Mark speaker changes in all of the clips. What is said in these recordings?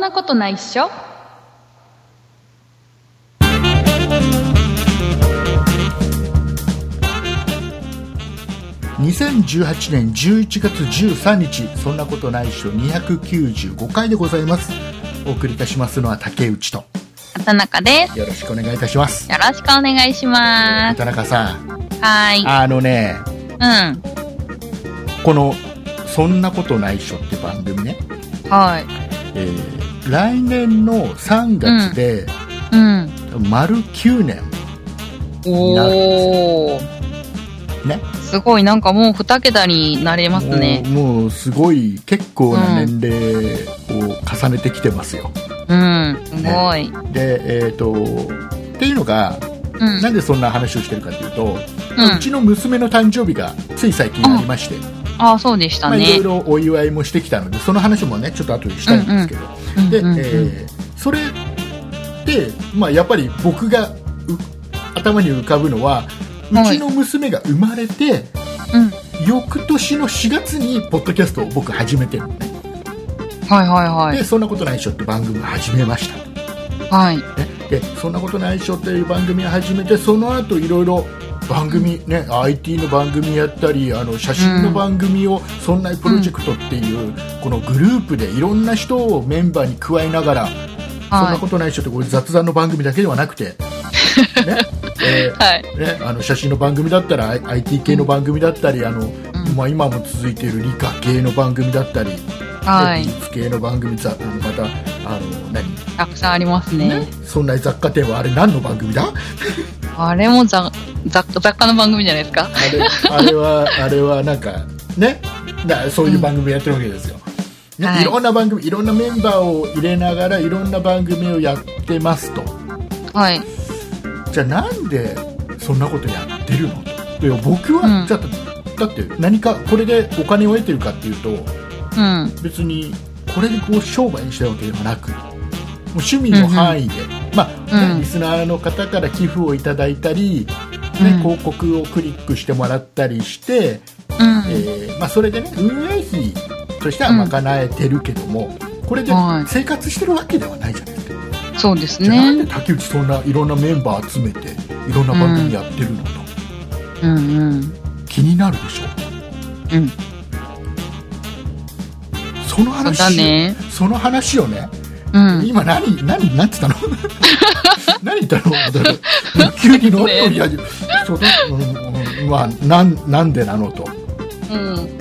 Speaker 1: なことないっしょ
Speaker 2: 2018年11月13日そんなことないっしょ295回でございますお送りいたしますのは竹内と
Speaker 1: 畑中です
Speaker 2: よろしくお願いいたします
Speaker 1: よろしくお願いします
Speaker 2: 田中さん
Speaker 1: はーい
Speaker 2: あのね
Speaker 1: う
Speaker 2: この「そんなことないっしょ」って番組ね、
Speaker 1: んはい
Speaker 2: えー来年の3月で
Speaker 1: うん
Speaker 2: 丸9年、
Speaker 1: おお
Speaker 2: ね
Speaker 1: すごいなんかもう2桁になれますね
Speaker 2: もうもうすごい結構な
Speaker 1: う
Speaker 2: 年齢を重ねてきてますよ、
Speaker 1: うんすごい、
Speaker 2: でえっ、とっていうのが
Speaker 1: うん
Speaker 2: なんでそんな話をしてるかっていうと、
Speaker 1: う
Speaker 2: うんちの娘の誕生日がつい最近ありまして、
Speaker 1: ああそうでした
Speaker 2: まあ、いろ
Speaker 1: ね
Speaker 2: いろお祝いもしてきたのでその話もねちょっと後でしたいんですけど、
Speaker 1: うん
Speaker 2: で、
Speaker 1: うんうん
Speaker 2: えーそれで、まあ、やっぱり僕がう頭に浮かぶのはう
Speaker 1: はい
Speaker 2: ちの娘が生まれて、
Speaker 1: うん
Speaker 2: 翌年の4月にポッドキャストを僕始めてるのね、
Speaker 1: はいはいはい
Speaker 2: でそんなことないっしょって番組を始めました
Speaker 1: はい
Speaker 2: ね、でそんなことないっしょという番組を始めてその後いろいろ番組ね IT の番組やったりあの写真の番組を「そんなプロジェクト」っていうこのグループでいろんな人をメンバーに加えながら「そん
Speaker 1: は
Speaker 2: ないことないっしょ」ってこれ雑談の番組だけではなく て、ねえ
Speaker 1: はい
Speaker 2: ーね、あの写真の番組だったら I- IT 系の番組だったりあの、
Speaker 1: ん
Speaker 2: まあ、今も続いている理科系の番組だったり、
Speaker 1: はい
Speaker 2: 美術系の番組ざまたあの何
Speaker 1: たくさんありますね
Speaker 2: ね、そんな雑貨店はあれ何の番組だ
Speaker 1: あれもざざ雑貨の番組じゃないですか
Speaker 2: あれあれはあれはなんかねだそういう番組やってるわけですよ、ね
Speaker 1: はい
Speaker 2: い、ろんな番組いろんなメンバーを入れながらいろんな番組をやってますと
Speaker 1: はい
Speaker 2: じゃあなんでそんなことやってるのといや僕は、
Speaker 1: うん
Speaker 2: じゃあだって何かこれでお金を得てるかっていうと
Speaker 1: うん
Speaker 2: 別にこれでこう商売にしたいわけではなくもう趣味の範囲で、まあね
Speaker 1: うん
Speaker 2: リスナーの方から寄付をいただいたり、ね
Speaker 1: うん
Speaker 2: 広告をクリックしてもらったりして、
Speaker 1: うん
Speaker 2: えーまあ、それでね運営費としては賄えてるけども、これで
Speaker 1: はい
Speaker 2: 生活してるわけではないじゃないですか、
Speaker 1: そうです
Speaker 2: じゃあなん
Speaker 1: ね
Speaker 2: で竹内そんないろんなメンバー集めていろんな番組やってるのと、
Speaker 1: うんうん
Speaker 2: 気になるでしょ
Speaker 1: うん
Speaker 2: そ
Speaker 1: そ
Speaker 2: の
Speaker 1: う
Speaker 2: 話
Speaker 1: だね
Speaker 2: その話をね
Speaker 1: うん
Speaker 2: 今何何何 つったの何言ったのだ急にのっとりあげそううんうんまあなんなんでなのと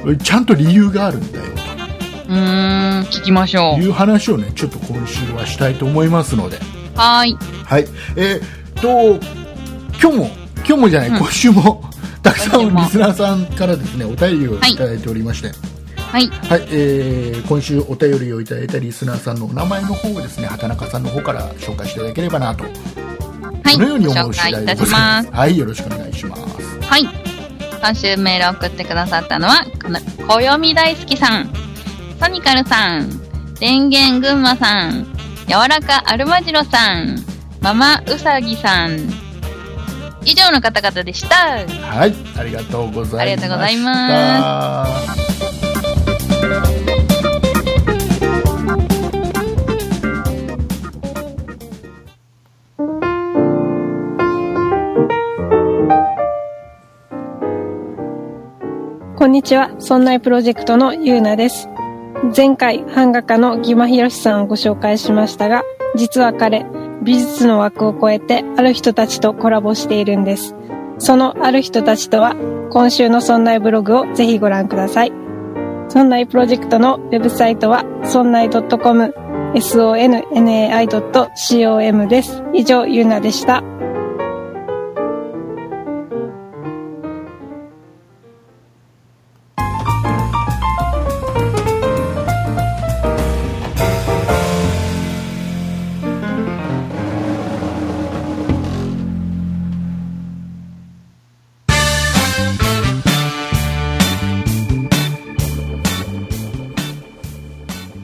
Speaker 1: うん
Speaker 2: ちゃんと理由があるんだよ
Speaker 1: うーん聞きましょ
Speaker 2: と
Speaker 1: う
Speaker 2: いう話をねちょっと今週はしたいと思いますので
Speaker 1: はーい
Speaker 2: はいえーっと今日も今日もじゃない、
Speaker 1: うん
Speaker 2: 今週も たくさん
Speaker 1: 今週も
Speaker 2: リスナーさんからですねお便りをいただいておりまして、
Speaker 1: はい
Speaker 2: はい、えー今週お便りをいただいたリスナーさんのお名前の方をですね畑中さんの方から紹介していただければなと
Speaker 1: はい
Speaker 2: このように
Speaker 1: ご
Speaker 2: 思
Speaker 1: 紹
Speaker 2: う次
Speaker 1: 介
Speaker 2: 第
Speaker 1: い
Speaker 2: で
Speaker 1: た
Speaker 2: ご
Speaker 1: し
Speaker 2: ざい
Speaker 1: ま
Speaker 2: ますす。はい、よろしくお願いします。
Speaker 1: はい今週メールを送ってくださったのはこの暦大好きさんソニカルさん電源群馬さん柔らかアルマジロさんママうさぎさん以上の方々でした
Speaker 2: はい、ありがとうございました。。
Speaker 1: ありがとうございます
Speaker 3: こんにちは、そんなプロジェクトのゆうなです。前回、版画家の義間博さんをご紹介しましたが、実は彼、美術の枠を超えてある人たちとコラボしているんです。そのある人たちとは、今週のそんなブログをぜひご覧ください。そんなプロジェクトのウェブサイトは、そんない .com、sonnai.com です。以上、ゆうなでした。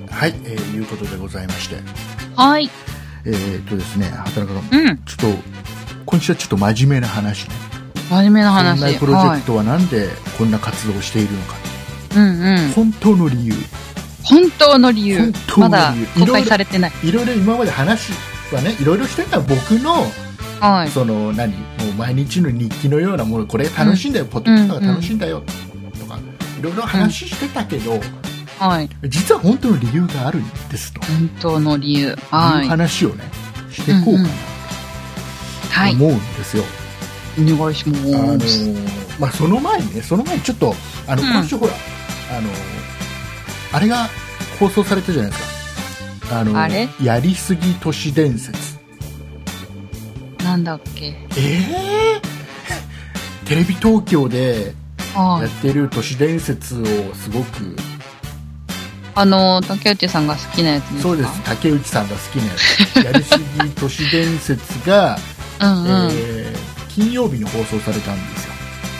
Speaker 2: はい、えー、いうことでございまして、
Speaker 1: はい
Speaker 2: えー、っとですね、畑中さん、
Speaker 1: うん
Speaker 2: ちょっと今週はちょっと真面目な話ね。
Speaker 1: 真面目な
Speaker 2: そん
Speaker 1: 話
Speaker 2: なプロジェ
Speaker 1: は
Speaker 2: クトはなんでこんな活動をしているのか、
Speaker 1: いうんうん
Speaker 2: 本当の理由。
Speaker 1: 本当の理由
Speaker 2: 本当の
Speaker 1: ま
Speaker 2: 理
Speaker 1: だ
Speaker 2: 由
Speaker 1: 公開されてない
Speaker 2: いろいろ今まで話はねいろいろしてた僕の
Speaker 1: はい
Speaker 2: その何もう毎日の日記のようなものこれ楽しいんだよ、ポッドキャストが楽しいんだよ、とかいろいろ話してたけど、
Speaker 1: はい
Speaker 2: 実は本当の理由があるんですという
Speaker 1: 本当の理由はい
Speaker 2: 話をね、していこうかな
Speaker 1: はい
Speaker 2: と思うんですよ。
Speaker 1: お願いし
Speaker 2: あの
Speaker 1: ます
Speaker 2: ーまあ、その前にねその前にちょっとあの
Speaker 1: うん
Speaker 2: 今週ほら、あのーあれが放送されたじゃないですか。あのー
Speaker 1: あれ
Speaker 2: やりすぎ都市伝説。
Speaker 1: なんだっけ
Speaker 2: えー、テレビ東京で
Speaker 1: は
Speaker 2: やっ
Speaker 1: い
Speaker 2: てる都市伝説をすごく、
Speaker 1: あの竹内さんが好きなやつですか
Speaker 2: そうです竹内さんが好きなやつや りすぎ都市伝説が、
Speaker 1: うんうん
Speaker 2: えー金曜日に放送されたんですよ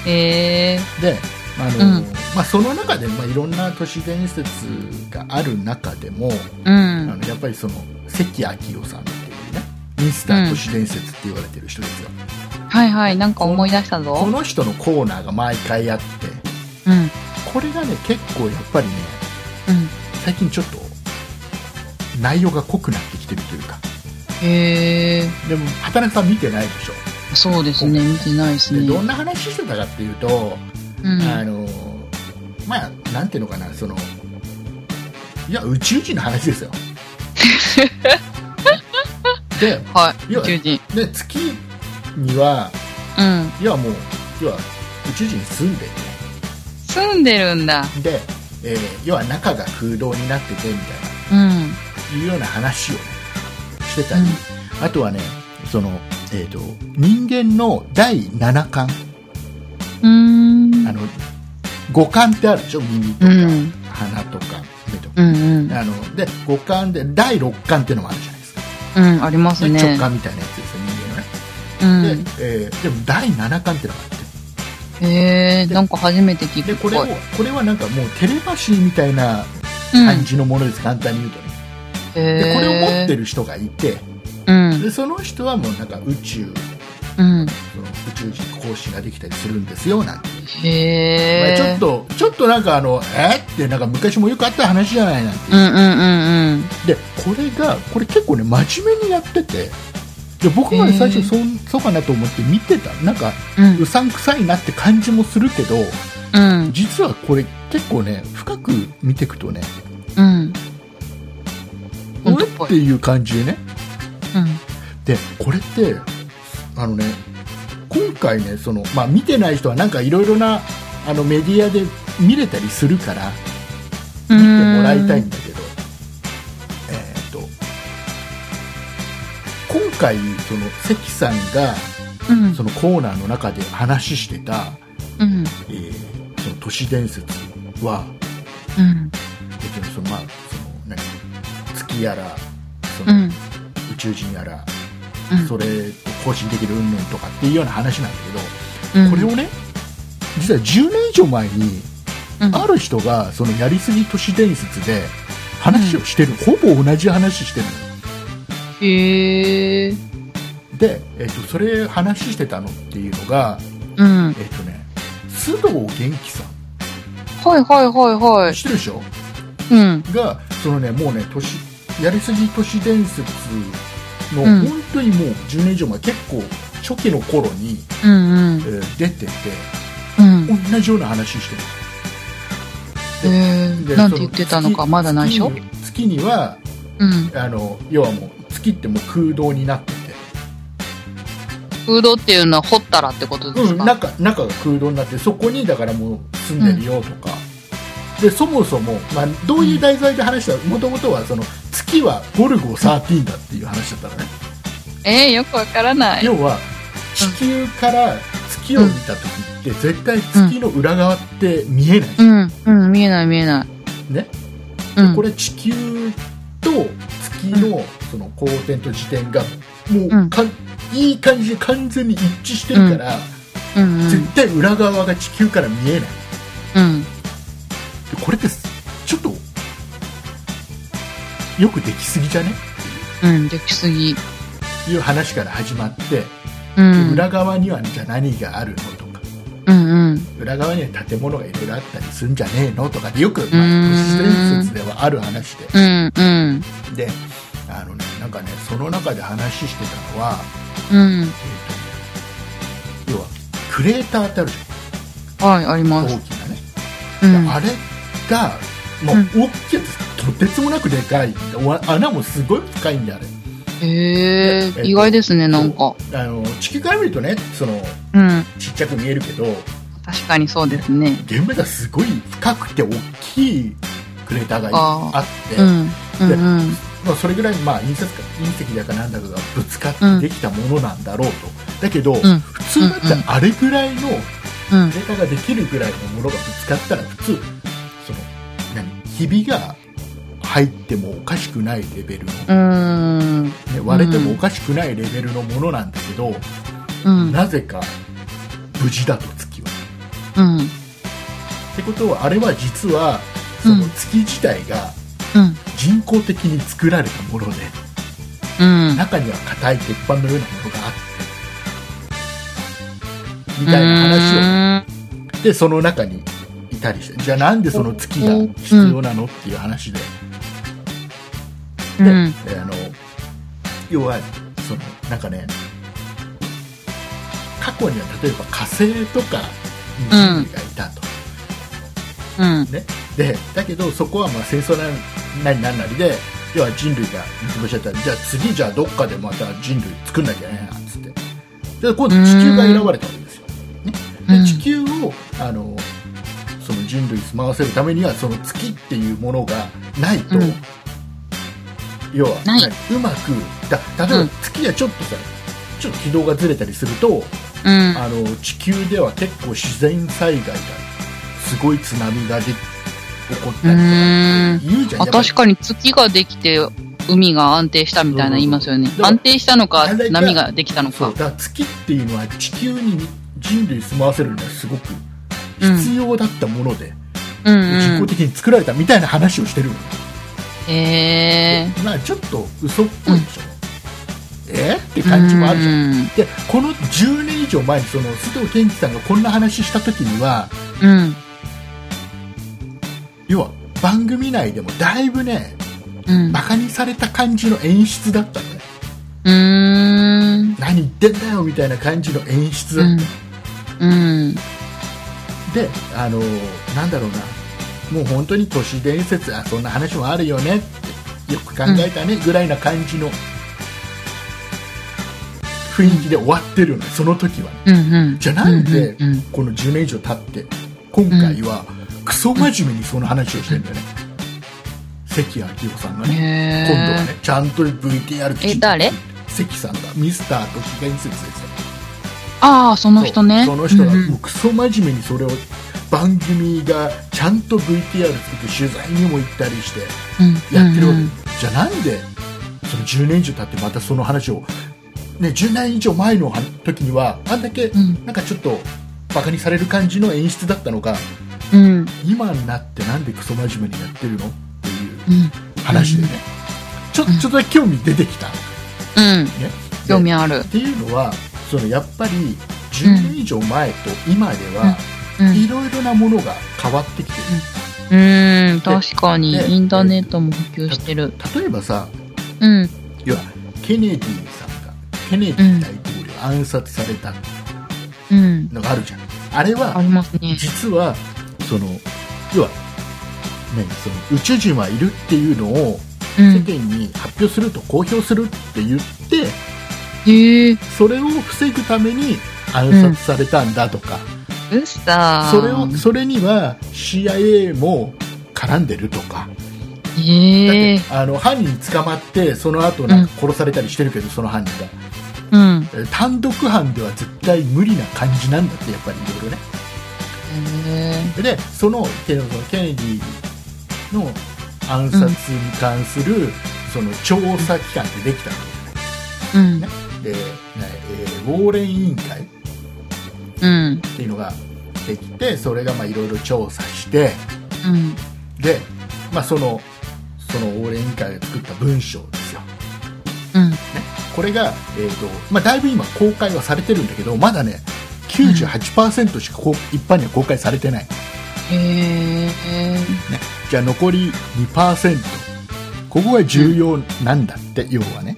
Speaker 1: え
Speaker 2: であの、
Speaker 1: うん
Speaker 2: まあ、その中で、まあ、いろんな都市伝説がある中でも、
Speaker 1: ーうん
Speaker 2: あのやっぱりその関明夫さんっていうねミスター都市伝説って言われてる人ですよ、
Speaker 1: はいはいなんか思い出した
Speaker 2: こ
Speaker 1: ぞ
Speaker 2: の人のコーナーが毎回あって
Speaker 1: うん
Speaker 2: これがね結構やっぱりね
Speaker 1: うん
Speaker 2: 最近ちょっと内容が濃くなってきてるというか
Speaker 1: へえ
Speaker 2: でも畑中さん見てないでしょ
Speaker 1: そうですね見てないです
Speaker 2: で
Speaker 1: ね
Speaker 2: どんな話してたかっていうと、
Speaker 1: うん
Speaker 2: あのまあなんていうのかなそのいや宇宙人の話 ですよで
Speaker 1: はい
Speaker 2: 要は
Speaker 1: 宇宙人
Speaker 2: で月には
Speaker 1: うん
Speaker 2: いやもう要は宇宙人住んで
Speaker 1: 住んでるんだ
Speaker 2: てで、えー要は中が空洞になっててみたい
Speaker 1: うん
Speaker 2: ないうような話をねしてたり、あとはねそのえっ、と人間の第7巻
Speaker 1: うんうん
Speaker 2: あの五感ってあるでしょ耳と
Speaker 1: う
Speaker 2: か、
Speaker 1: ん
Speaker 2: 鼻とか目とか、
Speaker 1: うん
Speaker 2: あので五感で第六感っていうのもあるじゃないですか、
Speaker 1: うんありますね
Speaker 2: 直感みたいなやつですよ人
Speaker 1: うん
Speaker 2: 間のね、で、えーでも第七感っていうのがあって
Speaker 1: へえ
Speaker 2: で
Speaker 1: なんか初めて聞
Speaker 2: で
Speaker 1: く
Speaker 2: これを
Speaker 1: はい
Speaker 2: これはなんかもうテレパシーみたいな
Speaker 1: うん
Speaker 2: 感じのものです、簡単に言うとねでこれを持ってる人がいて
Speaker 1: うん
Speaker 2: でその人はもうなんか宇宙
Speaker 1: うん
Speaker 2: その宇宙人と交信ができたりするんですよなんて、
Speaker 1: へえ
Speaker 2: まあ、ちょっとちょっとなんかあのえーってなんか昔もよくあった話じゃないなんて
Speaker 1: うんうんうんうん
Speaker 2: でこれがこれ結構ね真面目にやっててで僕まで最
Speaker 1: へ
Speaker 2: 初
Speaker 1: ー
Speaker 2: そう,、そうかなと思って見てたなんか
Speaker 1: うん
Speaker 2: うさんくさいなって感じもするけど
Speaker 1: うん
Speaker 2: 実はこれ結構ね深く見ていくとね
Speaker 1: うん
Speaker 2: うん
Speaker 1: 本当っぽ
Speaker 2: って
Speaker 1: い
Speaker 2: いう感じでね
Speaker 1: うん
Speaker 2: でこれってあのね今回ねその、まあ、見てない人はなんかいろいろなあのメディアで見れたりするから見てもらいたいんだけどえーっと今回その関さんが
Speaker 1: うん
Speaker 2: そのコーナーの中で話してた、
Speaker 1: うん
Speaker 2: えーその都市伝説は、
Speaker 1: うん
Speaker 2: えっとそのまあそのね、月やらそうの
Speaker 1: ん
Speaker 2: 宇宙人やら、
Speaker 1: うん
Speaker 2: それと更新できる云々とかっていうような話なんだ
Speaker 1: う
Speaker 2: けど、
Speaker 1: ん
Speaker 2: これをね実は10年以上前に、
Speaker 1: うん
Speaker 2: ある人がそのやりすぎ都市伝説で話をしてる、ほぼ同じ話してるのよ
Speaker 1: へえ
Speaker 2: で、えっとそれ話してたのっていうのが、
Speaker 1: うんはい
Speaker 2: えっとね、須藤元気さ
Speaker 1: はいはいは
Speaker 2: ん知ってるでしょ
Speaker 1: いうん
Speaker 2: がそのねもうね都市やりすぎ都市伝説の、
Speaker 1: うん
Speaker 2: 本当にもう10年以上前結構初期の頃に、
Speaker 1: うんう
Speaker 2: え
Speaker 1: ん
Speaker 2: ー出てて
Speaker 1: うん
Speaker 2: 同じような話して
Speaker 1: へ
Speaker 2: る
Speaker 1: えなんて言ってたのかまだ内緒
Speaker 2: 月に月には
Speaker 1: うん
Speaker 2: あの要はもう月ってもう空洞になって
Speaker 1: フードっていうのは掘ったらってこと
Speaker 2: て、
Speaker 1: で
Speaker 2: う
Speaker 1: す
Speaker 2: ん、
Speaker 1: か
Speaker 2: 中中が空洞になってそこにだからもう住んでるよとか、でそもそも、まあ、どういう題材で話したもともとはその月はゴルゴ13だっていう話だったのね
Speaker 1: えーよくわからない
Speaker 2: 要は地球から月を見た時って絶対月の裏側って見えない、
Speaker 1: うんうん見えない見えない
Speaker 2: ね、
Speaker 1: うん
Speaker 2: これ地球と月のその公転と自転がも
Speaker 1: う
Speaker 2: うんかんいい感じで完全に一致してるから、
Speaker 1: うんうん
Speaker 2: 絶対裏側が地球から見えないで
Speaker 1: うん
Speaker 2: これってちょっとよくできすぎじゃね
Speaker 1: うんできすぎ
Speaker 2: いう話から始まって、
Speaker 1: うん
Speaker 2: 裏側にはじゃあ何があるのとか
Speaker 1: うんうん
Speaker 2: 裏側には建物がいろいろあったりするんじゃねえのとかでよく、まあ、都市伝説ではある話で
Speaker 1: うんうん
Speaker 2: であのねなんかねその中で話してたのは、
Speaker 1: うん
Speaker 2: えーと要はクレーターってあるじ
Speaker 1: はいあり
Speaker 2: ゃん
Speaker 1: ま
Speaker 2: 大
Speaker 1: す
Speaker 2: きなね、
Speaker 1: うん
Speaker 2: であれがもう大きいやつ、とてつもなくでかいわ穴もすごい深いんだあれ
Speaker 1: へ
Speaker 2: え
Speaker 1: え意外ですねなんか
Speaker 2: あの地球から見るとねその
Speaker 1: うん
Speaker 2: ちっちゃく見えるけど
Speaker 1: 確かにそうですね
Speaker 2: 現場ではすごい深くて大きいクレーターが
Speaker 1: あー
Speaker 2: あって
Speaker 1: うんうんうん
Speaker 2: まあ、それぐらい、まあ、隕石か隕石だかなんだかがぶつかってできたものなんだろうと、だけど、
Speaker 1: ん
Speaker 2: 普通だった
Speaker 1: うんう
Speaker 2: らあれぐらいの
Speaker 1: うん
Speaker 2: クレーターができるぐらいのものがぶつかったら普通その何ひびが入ってもおかしくないレベルの、
Speaker 1: うーん
Speaker 2: ね、割れてもおかしくないレベルのものなんだけど、
Speaker 1: うん
Speaker 2: なぜか無事だと月は。
Speaker 1: うん
Speaker 2: ってことはあれは実はその月自体が
Speaker 1: うん
Speaker 2: 人工的に作られたもので、
Speaker 1: うん
Speaker 2: 中には硬い鉄板のようなものがあってみたいな話をでその中にいたりしてじゃあなんでその月が必要なのっていう話で
Speaker 1: うんうん
Speaker 2: であの要はそのなんかね過去には例えば火星とかに人類がいたと、
Speaker 1: うん
Speaker 2: ね、でだけどそこはまあ戦争な何なんなりで要は人類が潰しちゃったらじゃあ次じゃあどっかでまた人類作んなきゃねなっつってで今度地球が選ばれたわけですよ、ね、
Speaker 1: うん
Speaker 2: で地球をあのその人類住まわせるためにはその月っていうものがない
Speaker 1: う
Speaker 2: と、
Speaker 1: ん
Speaker 2: 要は
Speaker 1: ないう
Speaker 2: まくだ例え
Speaker 1: う
Speaker 2: ば
Speaker 1: ん
Speaker 2: 月はちょっとさちょっと軌道がずれたりすると
Speaker 1: うん
Speaker 2: あの地球では結構自然災害がすごい津波がで起こったりとか
Speaker 1: うーん
Speaker 2: 言うじゃん
Speaker 1: あ確かに月ができて海が安定したみたいな言いますよね
Speaker 2: そうそうそう
Speaker 1: 安定したのか
Speaker 2: あれが
Speaker 1: 波ができたの
Speaker 2: そ
Speaker 1: か
Speaker 2: うだから月っていうのは地球に人類住まわせるのはすごく必要だったもので、
Speaker 1: うん
Speaker 2: 人
Speaker 1: う
Speaker 2: 工
Speaker 1: ん
Speaker 2: 的に作られたみたいな話をしてるの、
Speaker 1: へえ
Speaker 2: まあちょっと嘘っぽいでしょ、えって感じもあるじゃん、
Speaker 1: うん
Speaker 2: でこの10年以上前にその須藤健二さんがこんな話した時には
Speaker 1: うん
Speaker 2: 要は番組内でもだいぶね
Speaker 1: うん
Speaker 2: バカにされた感じの演出だったのね
Speaker 1: うーん
Speaker 2: 何言ってんだよみたいな感じの演出だったの、
Speaker 1: うん
Speaker 2: であのなんだろうなもう本当に都市伝説あそんな話もあるよねってよく考えたね、ぐらいな感じの雰囲気で終わってるのその時はね、
Speaker 1: うんうん
Speaker 2: じゃあなんで
Speaker 1: うんうん
Speaker 2: この10年以上経って今回はクソ真面目にその話をしてるんだよね、関明夫さんが
Speaker 1: うん
Speaker 2: ね今
Speaker 1: へ
Speaker 2: 度
Speaker 1: え
Speaker 2: はねちゃんと VTR
Speaker 1: え誰
Speaker 2: 関さんがミスター都市伝説ですよ
Speaker 1: ああその人ね
Speaker 2: そうその人が
Speaker 1: うんうん
Speaker 2: もうクソ真面目にそれを番組がちゃんと VTR 作って取材にも行ったりして
Speaker 1: うん
Speaker 2: やってるわ
Speaker 1: う
Speaker 2: け、
Speaker 1: ん
Speaker 2: じゃあなんでその10年以上経ってまたその話を、ね、10年以上前の時にはあんだけ
Speaker 1: ん
Speaker 2: なんかちょっとバカにされる感じの演出だったのが
Speaker 1: うん
Speaker 2: 今になってなんでクソ真面目にやってるのっていう
Speaker 1: うん
Speaker 2: 話でね、ちょちょっとだけ興味出てきた、ね、
Speaker 1: うん興味ある
Speaker 2: っていうのはそのやっぱり10年以上前と今では
Speaker 1: うん
Speaker 2: いろいろなものが変わってきて
Speaker 1: うん確かに
Speaker 2: で
Speaker 1: インターネットも普及してる
Speaker 2: る例えばさ
Speaker 1: うん
Speaker 2: 要はケネディさんがケネディ大統領暗殺された
Speaker 1: うん
Speaker 2: のがあるじゃんあれ
Speaker 1: あ
Speaker 2: は
Speaker 1: りますね
Speaker 2: 実はその要は何その宇宙人はいるっていうのを
Speaker 1: う
Speaker 2: 世
Speaker 1: ん
Speaker 2: 間に発表すると公表するって言って
Speaker 1: へえ
Speaker 2: それを防ぐために暗殺されたんだとか、
Speaker 1: うっさ
Speaker 2: それをそれには CIA も絡んでるとか、
Speaker 1: へえ
Speaker 2: だってあの犯人捕まってその後なんか殺されたりしてるけど、その犯人が
Speaker 1: うん
Speaker 2: えー単独犯では絶対無理な感じなんだってやっぱりいろいろね
Speaker 1: へえ
Speaker 2: でそのケネそのケネディの暗殺に関する、その調査機関ってできたの
Speaker 1: うん
Speaker 2: で、ねえーウォーレン委員会っ
Speaker 1: うん
Speaker 2: ていうのができてそれがまあいろいろ調査して、
Speaker 1: うん
Speaker 2: で、まあ、そのそのオーレ委員会が作った文章ですよ
Speaker 1: うん
Speaker 2: これが、えーとまあ、だいぶ今公開はされてるんだけどまだね98%しかこう一般には公開されてない、
Speaker 1: へえ。
Speaker 2: じゃあ残り2%ここが重要なんだって、要はね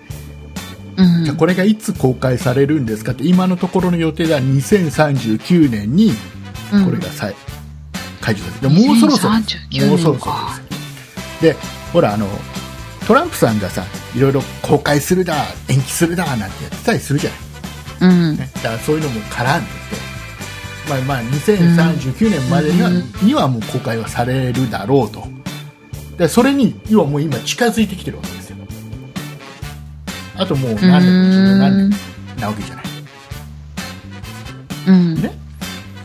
Speaker 1: うん
Speaker 2: じゃあこれがいつ公開されるんですかって今のところの予定では2039年にこれがさ、解除されるでもうそろそろです
Speaker 1: 2039年か
Speaker 2: もうそろそろですでほらあのトランプさんがさいろいろ公開するだ延期するだなんてやってたりするじゃない
Speaker 1: うん。
Speaker 2: ね、だからそういうのも絡んでて、まあ、まあ2039年までには,、
Speaker 1: うん
Speaker 2: にはもう公開はされるだろうとでそれに要はもう今近づいてきてるわけですよあともう何年も10年何年なわけじゃない
Speaker 1: うん。
Speaker 2: ね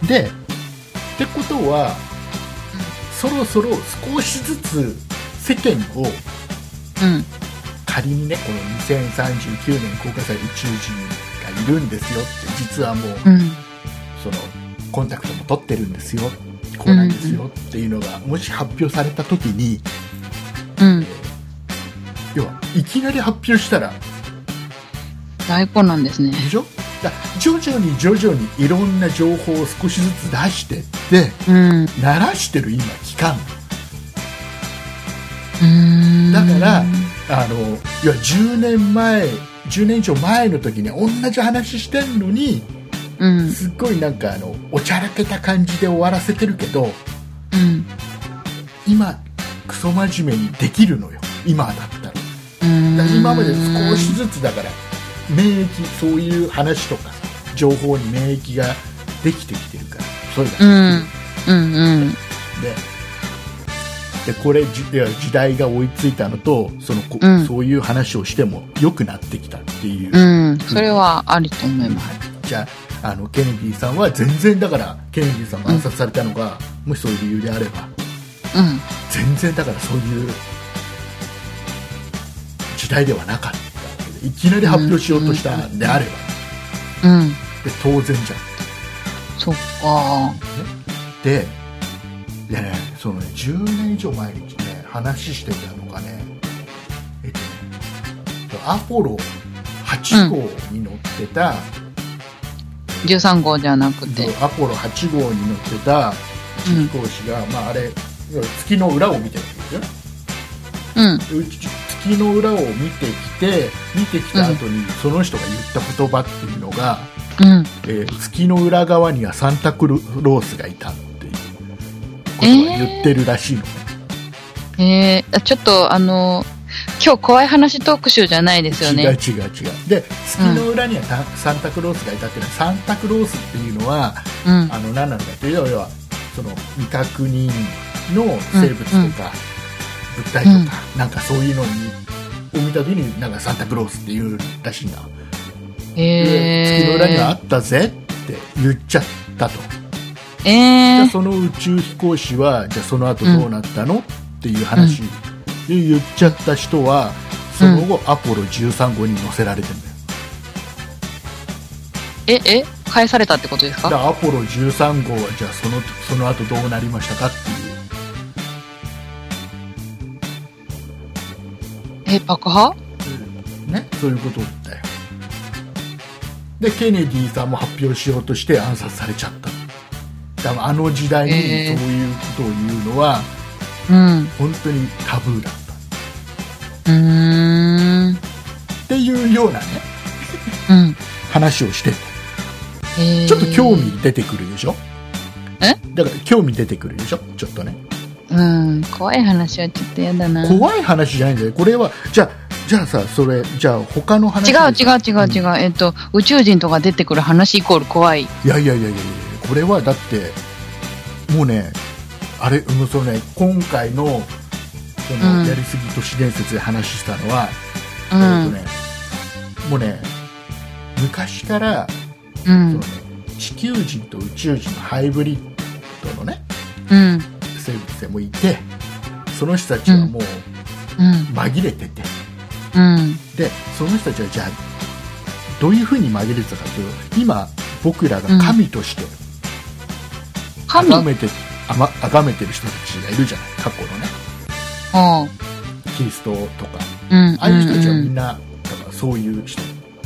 Speaker 2: でってことはそろそろ少しずつ世間を
Speaker 1: うん。
Speaker 2: 仮にねこの2039年公開される宇宙人がいるんですよって実はもう
Speaker 1: うん。
Speaker 2: そのコンタクトも取ってるんですよこうなんですよっていうのがもし発表された時に、
Speaker 1: うん。
Speaker 2: 要はいきなり発表したら
Speaker 1: 大根なんですね。
Speaker 2: でしょだ徐々に徐々にいろんな情報を少しずつ出してって
Speaker 1: うん。う
Speaker 2: 鳴らしてる今期間
Speaker 1: ーん
Speaker 2: だから、あの要は10年前10年以上前の時に同じ話してんのに
Speaker 1: うん。
Speaker 2: すっごいなんかあのおちゃらけた感じで終わらせてるけど
Speaker 1: うん。
Speaker 2: 今クソ真面目にできるのよ今だったら。
Speaker 1: うん
Speaker 2: だから今まで少しずつだから免疫そういう話とか情報に免疫ができてきてるからそれだけ
Speaker 1: う
Speaker 2: で,、
Speaker 1: ん。うんうん。
Speaker 2: でこれじで時代が追いついたのとそのこ、
Speaker 1: うん
Speaker 2: そういう話をしても良くなってきたっていう、
Speaker 1: うん。それはあると思います。
Speaker 2: じゃああのケネディさんは全然だからケネディさんが暗殺されたのが、もしそういう理由であれば
Speaker 1: うん。
Speaker 2: 全然だからそういう時代ではなかったわけでいきなり発表しようとしたんであれば、
Speaker 1: うん。
Speaker 2: で当然じゃん
Speaker 1: そっか。
Speaker 2: でいやねそのね10年以上前にね話してたのがねえっとねアポロ8号に乗ってた、
Speaker 1: 13号じゃなくて。
Speaker 2: アポロ8号に乗ってた
Speaker 1: うん
Speaker 2: 飛行士が、まああれ月の裏を見てるんですよね
Speaker 1: うん。
Speaker 2: うち月の裏を見てきて見てきた後にその人が言った言葉っていうのが、
Speaker 1: うん。
Speaker 2: えー月の裏側にはサンタクロースがいたっていうことを言ってるらしいのね、
Speaker 1: えー、あちょっとあの、今日怖い話特集じゃないですよ
Speaker 2: 違う
Speaker 1: ね。
Speaker 2: 違う違うで月の裏にはたサンタクロースがいたっていうのはサンタクロースっていうのは
Speaker 1: うん。
Speaker 2: あの何なのかっていうと要はその未確認の生物とか物体とか、なんかそういうのにを見た時になんかサンタクロースっていうらしいんだ、で
Speaker 1: えー、
Speaker 2: 月の裏にはあったぜって言っちゃったと、じゃ
Speaker 1: え
Speaker 2: あ
Speaker 1: ー、
Speaker 2: その宇宙飛行士はじゃあその後どうなったの、っていう話で言っちゃった人はその後、アポロ13号に乗せられてるんだよ
Speaker 1: え、え、返されたってことです
Speaker 2: じ
Speaker 1: か
Speaker 2: ゃあアポロ13号はじゃあそのその後どうなりましたかっていう
Speaker 1: え、爆破
Speaker 2: ね、そういうことだよでケネディさんも発表しようとして暗殺されちゃっただからあの時代にそう
Speaker 1: えー
Speaker 2: いうことを言うのは
Speaker 1: うん。う
Speaker 2: 本当にタブーだったっ
Speaker 1: ーん。
Speaker 2: ていうようなね
Speaker 1: うん。
Speaker 2: 話をしてて
Speaker 1: えー、
Speaker 2: ちょっと興。味出てくるでしょ
Speaker 1: え
Speaker 2: だから興味出てくるでしょちょっとね
Speaker 1: うん。怖い話はちょっと嫌だな。違う
Speaker 2: 怖い話じゃないんだよこれはじゃあじゃあさそれじゃあ他の話
Speaker 1: 違う違う違う。えっと、宇宙人とか出てくる話イコール怖い。
Speaker 2: いやいやいやいやいやこれはだってもうねあれもうそのね今回のその、
Speaker 1: うん
Speaker 2: やりすぎ都市伝説で話したのは、
Speaker 1: う
Speaker 2: えっと
Speaker 1: ん。
Speaker 2: ね、もうね昔から、
Speaker 1: う
Speaker 2: その
Speaker 1: ん
Speaker 2: ね。、地球人と宇宙人のハイブリッドのね
Speaker 1: うん。
Speaker 2: 生物でもいてその人たちはもう
Speaker 1: うん。
Speaker 2: 紛れてて、
Speaker 1: うん。
Speaker 2: でその人たちはじゃあどういうふうに紛れてたかというと今僕らが神として
Speaker 1: 神
Speaker 2: 崇めてあま崇めてる人たちがいるじゃない過去のね
Speaker 1: あ
Speaker 2: キリストとか
Speaker 1: あ。うん。
Speaker 2: ああいう人たちはみ
Speaker 1: うん
Speaker 2: な、だからそういう人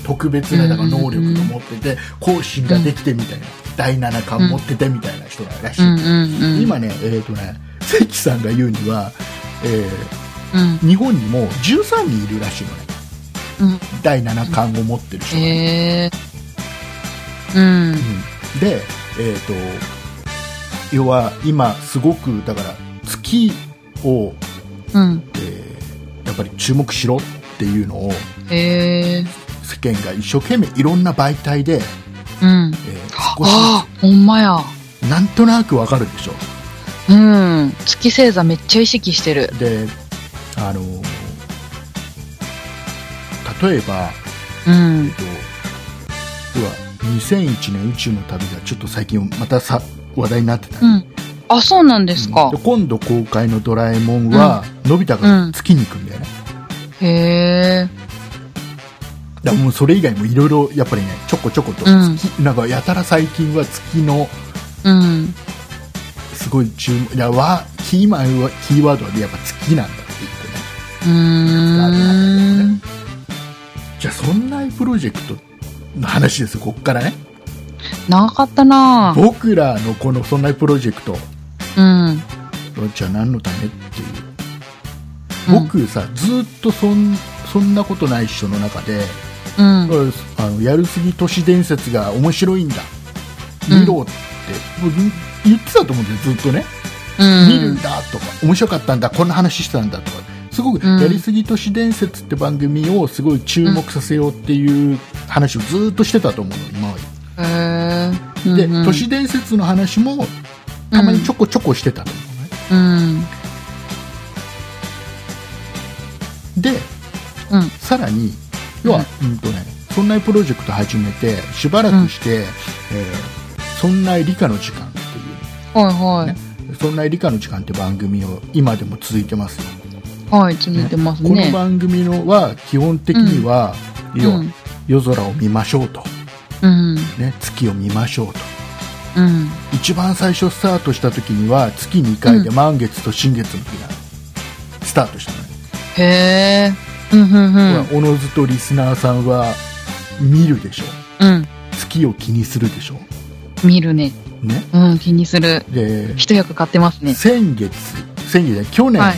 Speaker 2: 特別なだから能力を持ってて、後進ができてみたいな、第7巻持っててみたいな人らし
Speaker 1: う
Speaker 2: い、
Speaker 1: んうんうん。
Speaker 2: 今ねえっ、とね関さんが言うには、え
Speaker 1: うん
Speaker 2: ー日本にも13人いるらしいの
Speaker 1: う
Speaker 2: ね
Speaker 1: ん。
Speaker 2: 第7巻を持ってる人が、
Speaker 1: へえ。うん。
Speaker 2: うんでえっ、と要は今すごくだから月を、
Speaker 1: うん。
Speaker 2: えーやっぱり注目しろっていうのを
Speaker 1: へえ。
Speaker 2: 世間が一生懸命いろんな媒体で、
Speaker 1: うん。
Speaker 2: えー少し
Speaker 1: ああ、ほんまや。
Speaker 2: ずつなんとなくわかるでしょ
Speaker 1: うん。月星座めっちゃ意識してる。
Speaker 2: であのー例えば、
Speaker 1: うん
Speaker 2: えっ。と要は2001年宇宙の旅がちょっと最近またさ話題になってた、
Speaker 1: うん。あ、そうなんですか
Speaker 2: で。今度公開の「ドラえもんは」のび太が月に行くんだよね、
Speaker 1: へえ。
Speaker 2: だからもうそれ以外もいろいろやっぱりねちょこちょこと
Speaker 1: うん
Speaker 2: 月、なんかやたら最近は月の
Speaker 1: うん。
Speaker 2: すごい注目いやわキーマンはキーワードはやっぱ月なんだって言ってね
Speaker 1: うーん。
Speaker 2: じゃあそんなプロジェクトの話ですよこっからね
Speaker 1: 長かったなぁ。
Speaker 2: 僕らのこの「そんなプロジェクト
Speaker 1: うん。」
Speaker 2: じゃあ何のためっていう
Speaker 1: うん
Speaker 2: 僕さ、ずっとそんそんなことない人の中で、
Speaker 1: うん。
Speaker 2: あのやるすぎ都市伝説が面白いんだ
Speaker 1: うん
Speaker 2: 見ろって、僕言ってたと思うんですよずっとね、
Speaker 1: うん。
Speaker 2: 見るんだとか面白かったんだこんな話してたんだとかすごく「
Speaker 1: うん
Speaker 2: やりすぎ都市伝説」って番組をすごい注目させようっていう話をずっとしてたと思うの今まで。
Speaker 1: へえ。
Speaker 2: で、
Speaker 1: うんうん
Speaker 2: 都市伝説の話もたまにちょこちょこしてたと思うね、
Speaker 1: うん。
Speaker 2: で
Speaker 1: うん。
Speaker 2: さらに要は、うんとね、そんなプロジェクト始めてしばらくして、えーそんな理科の時間ってい
Speaker 1: はいは
Speaker 2: う、ね、そんな理科の時間って番組を今でも続いてますよ、
Speaker 1: い。はい、続いてます
Speaker 2: この
Speaker 1: ね。
Speaker 2: 番組のは基本的には、要は
Speaker 1: うん
Speaker 2: 夜空を見ましょうと、
Speaker 1: うん。
Speaker 2: ね、月を見ましょうと
Speaker 1: うん。
Speaker 2: 一番最初スタートした時には月2回で満月と新月の時がスタートしたのね、
Speaker 1: へえ。うんうんうん。
Speaker 2: ほらおのずとリスナーさんは見るでしょ
Speaker 1: うん。
Speaker 2: 月を気にするでしょ
Speaker 1: 見るね。
Speaker 2: ね
Speaker 1: うん、気にする。
Speaker 2: で
Speaker 1: 一役買ってますね。
Speaker 2: 先月先月じゃない去年、
Speaker 1: はい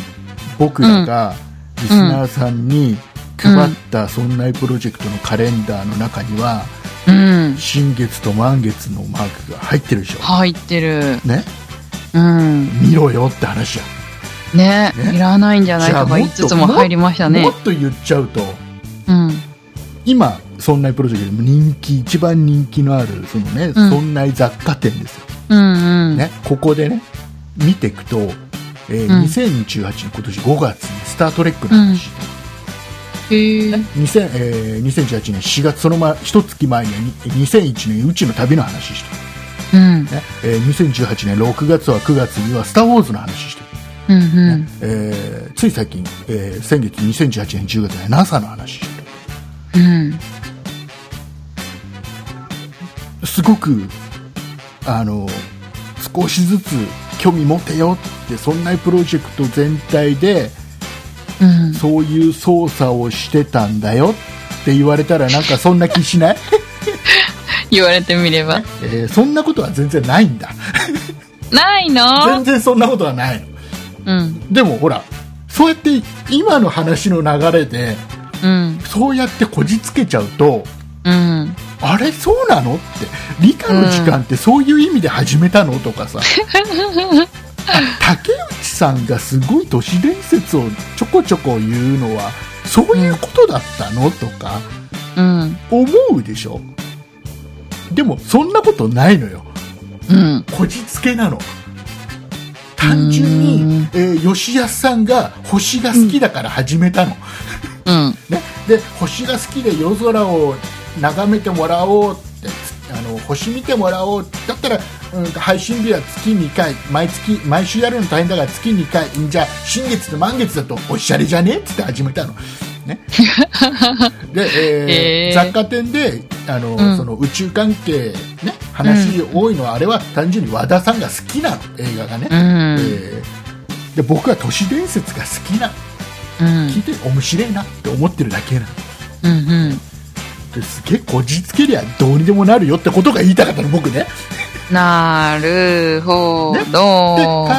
Speaker 2: 僕らがリスナーさんに配った「そんなプロジェクト」のカレンダーの中には
Speaker 1: うん。
Speaker 2: 新月と満月のマークが入ってるでしょ
Speaker 1: 入ってる。
Speaker 2: ね
Speaker 1: うん。
Speaker 2: 見ろよって話や
Speaker 1: ね
Speaker 2: ね
Speaker 1: いらないんじゃないとか言いつつも入りましたね
Speaker 2: も。っと言っちゃうと
Speaker 1: うん。
Speaker 2: 今そんなプロジェクトでも人気一番人気のあるそのね、
Speaker 1: うん
Speaker 2: そんな雑貨店ですよ
Speaker 1: うんうん。
Speaker 2: ね、ここでね見ていくと、えー
Speaker 1: うん
Speaker 2: 2018年今年5月に「スター・トレック」の話、
Speaker 1: へえ。
Speaker 2: 2000えー2018年4月その前一月前にはに2001年宇宙の旅の話して
Speaker 1: うん。
Speaker 2: る、ねえー2018年6月は9月には「スター・ウォーズ」の話してる、
Speaker 1: うんうん。
Speaker 2: えーつい最近、えー先月2018年10月には NASA の話し
Speaker 1: う
Speaker 2: て
Speaker 1: ん。
Speaker 2: るすごくあの少しずつ興味持てよってそんなプロジェクト全体で
Speaker 1: うん。
Speaker 2: そういう操作をしてたんだよって言われたらなんかそんな気しない、
Speaker 1: 言われてみれば。
Speaker 2: えーそんなことは全然ないんだ
Speaker 1: ない
Speaker 2: 全
Speaker 1: の
Speaker 2: 然そんなことはないの
Speaker 1: うん。
Speaker 2: でもほらそうやって今の話の流れで
Speaker 1: うん。
Speaker 2: そうやってこじつけちゃうと
Speaker 1: うん。
Speaker 2: あれそうなのって理科の時間ってそういう意味で始めたのとかさあ竹内さんがすごい都市伝説をちょこちょこ言うのはそういうことだったのとか
Speaker 1: うん。
Speaker 2: 思うでしょでもそんなことないのよ
Speaker 1: うん。
Speaker 2: こじつけなの単純
Speaker 1: うー
Speaker 2: に
Speaker 1: ん、
Speaker 2: えー吉安さんが星が好きだから始めたの、
Speaker 1: うん。
Speaker 2: ね、で星が好きで夜空を眺めてもらおうってあの星見てもらおうだったら、うん、配信日は月2回毎月毎週やるの大変だから月2回じゃあ新月と満月だとおしゃれじゃねっつって始めたの。 ね、で、
Speaker 1: え
Speaker 2: えー
Speaker 1: ー
Speaker 2: 雑貨店であ
Speaker 1: う
Speaker 2: の、
Speaker 1: ん
Speaker 2: その宇宙関係、ね、話多いのは、あれは単純に和田さんが好きなの映画がね、
Speaker 1: う
Speaker 2: え
Speaker 1: ん。
Speaker 2: ーで僕は都市伝説が好きな
Speaker 1: うん
Speaker 2: 聞いて面白いなって思ってるだけなの。
Speaker 1: うん。
Speaker 2: ですげえこじつけりゃどうにでもなるよってことが言いたかったの僕ね
Speaker 1: なるほ
Speaker 2: で
Speaker 1: ど
Speaker 2: 考。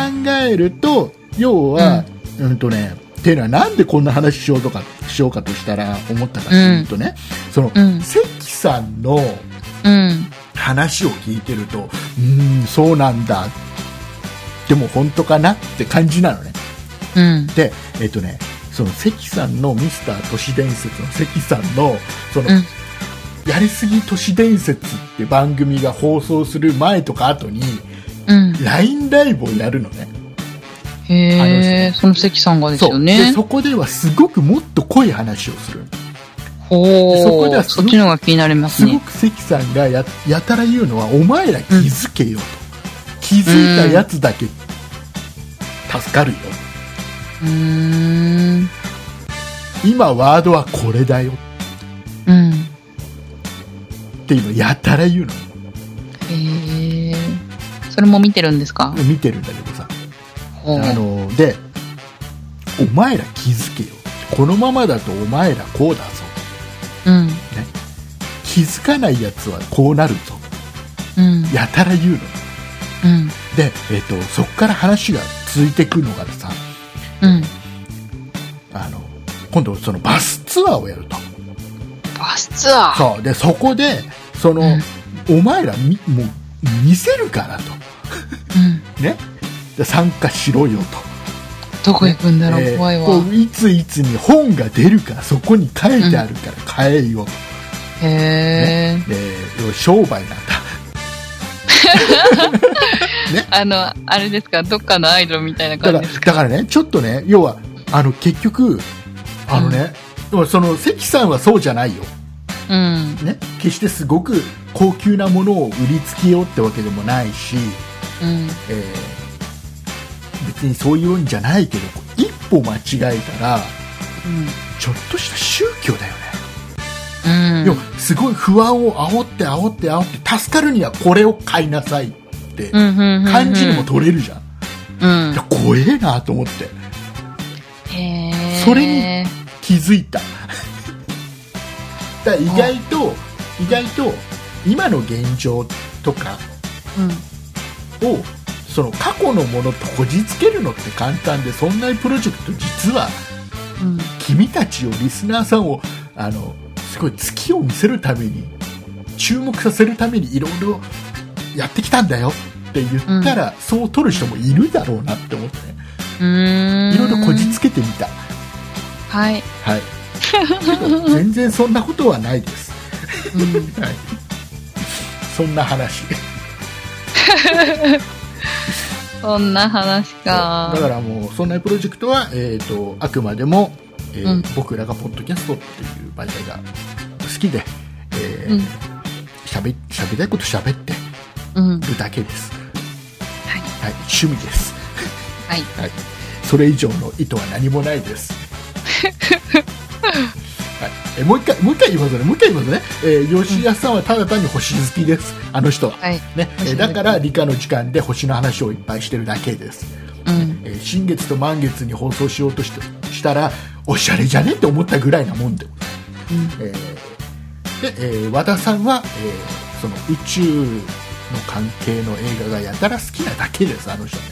Speaker 2: えると要は、うんとねっていうのはなんでこんな話しようとかしようかとしたら思ったかというとね、その、
Speaker 1: うん
Speaker 2: 関さんの
Speaker 1: うん。
Speaker 2: 話を聞いてるとうーんそうなんだでも本当かなって感じなのね
Speaker 1: うん。
Speaker 2: でえっとねその関さんのミスター都市伝説の関さんのその、
Speaker 1: うん
Speaker 2: やりすぎ都市伝説って番組が放送する前とか後に
Speaker 1: うん。
Speaker 2: LINE ライブをやるのね
Speaker 1: へ
Speaker 2: あの
Speaker 1: え、その関さんがですよ
Speaker 2: で
Speaker 1: ね。
Speaker 2: そこではすごくもっと濃い話をするでそこ
Speaker 1: ほ
Speaker 2: では
Speaker 1: う。
Speaker 2: すご
Speaker 1: そ
Speaker 2: く
Speaker 1: っちの方が気になります
Speaker 2: すご
Speaker 1: ね。
Speaker 2: く関さんがややたら言うのはお前ら気づけよと、気づいたやつだけ助かるよ
Speaker 1: うーん。
Speaker 2: 今ワードはこれだよ
Speaker 1: うん。
Speaker 2: っていうのをやたら言うの
Speaker 1: へえ。それも見てるんですか
Speaker 2: 見てるんだけどさ
Speaker 1: ほう。
Speaker 2: あのでお前ら気づけよこのままだとお前らこうだぞ
Speaker 1: うん。
Speaker 2: 気づかないやつはこうなるぞ
Speaker 1: うん。
Speaker 2: やたら言うの
Speaker 1: うん。
Speaker 2: で、えっとそこから話が続いてくのがさ
Speaker 1: うん。
Speaker 2: あの今度そのバスツアーをやると
Speaker 1: バスツアー。
Speaker 2: そうでそこでその、お前らみもう見せるからと
Speaker 1: うん。
Speaker 2: ねで参加しろよと
Speaker 1: どこ行くんだろ
Speaker 2: え
Speaker 1: う、
Speaker 2: ー
Speaker 1: 怖い
Speaker 2: こ
Speaker 1: わ。
Speaker 2: ういついつに本が出るからそこに書いてあるから買えよと、
Speaker 1: へえ。
Speaker 2: で商売なんだ
Speaker 1: あの、あれですか、どっかのアイドルみたいな
Speaker 2: だか
Speaker 1: 感
Speaker 2: ら
Speaker 1: じです
Speaker 2: だ
Speaker 1: か。
Speaker 2: からねちょっとね要はあの結局あのね、要はその関さんはそうじゃないよ、
Speaker 1: うん。
Speaker 2: ね、決してすごく高級なものを売りつけようってわけでもないし、
Speaker 1: うん。
Speaker 2: えー別にそういうんじゃないけど一歩間違えたら
Speaker 1: うん。
Speaker 2: ちょっとした宗教だよ
Speaker 1: う
Speaker 2: ね、
Speaker 1: ん。
Speaker 2: 要はすごい不安を煽って煽って煽って助かるにはこれを買いなさいって
Speaker 1: うんうんうんうん
Speaker 2: 感じにも取れるじゃん、
Speaker 1: うん
Speaker 2: いや怖えなと思って
Speaker 1: へえ
Speaker 2: それに気づいた だから意外と意外と今の現状とか
Speaker 1: うん
Speaker 2: をその過去のものとこじつけるのって簡単でそんなプロジェクト実は
Speaker 1: うん
Speaker 2: 君たちをリスナーさんをあのすごい月を見せるために注目させるためにいろいろやってきたんだよって言ったら、そう取る人もいるだろうなって思ってね
Speaker 1: うーん
Speaker 2: いろいろこじつけてみた、
Speaker 1: はい、
Speaker 2: はいけど全然そんなことはないです、
Speaker 1: うん、
Speaker 2: はい、そんな話
Speaker 1: そんな話か
Speaker 2: だからもうそんなプロジェクトは、えー、とあくまでも、えー
Speaker 1: うん
Speaker 2: 僕らがポッドキャストっていう媒体が好きで、えー
Speaker 1: うん
Speaker 2: しゃべしゃべりたいことしゃべって
Speaker 1: うん
Speaker 2: るだけです、
Speaker 1: はい
Speaker 2: はい、趣味です、
Speaker 1: はい
Speaker 2: はい、それ以上の意図は何もな いです、はい、えもう一回もう一回言いますねもう一回言いますね、えー吉安さんはただ単に星好きですあの人は、
Speaker 1: はい
Speaker 2: ねえーだから理科の時間で星の話をいっぱいしてるだけです、
Speaker 1: うん
Speaker 2: えー新月と満月に放送しようとしてしたらおしゃれじゃねって思ったぐらいなもんで、えーで、えー和田さんは、えーその宇宙の関係の映画がやたら好きなだけですあの人ね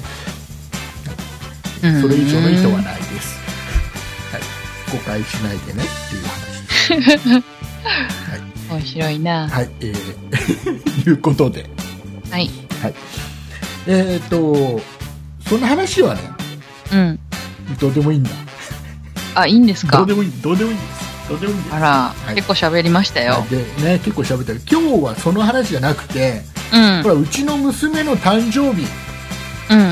Speaker 1: うん
Speaker 2: それ以上の意図はないです、はい、誤解しないでねっていう話ですはい、
Speaker 1: 面白いな
Speaker 2: はいえー いうことで
Speaker 1: はい
Speaker 2: はいえっ、とその話はね
Speaker 1: うん
Speaker 2: どうでもいいんだ
Speaker 1: あいいんです
Speaker 2: ど
Speaker 1: か
Speaker 2: うでもいいどうでもいいですどうでもいいです
Speaker 1: あら、
Speaker 2: い
Speaker 1: 結構喋りましたよ、
Speaker 2: でね結構喋ったけど今日はその話じゃなくて、ほらうちの娘の誕生日、ね
Speaker 1: うんうんうん、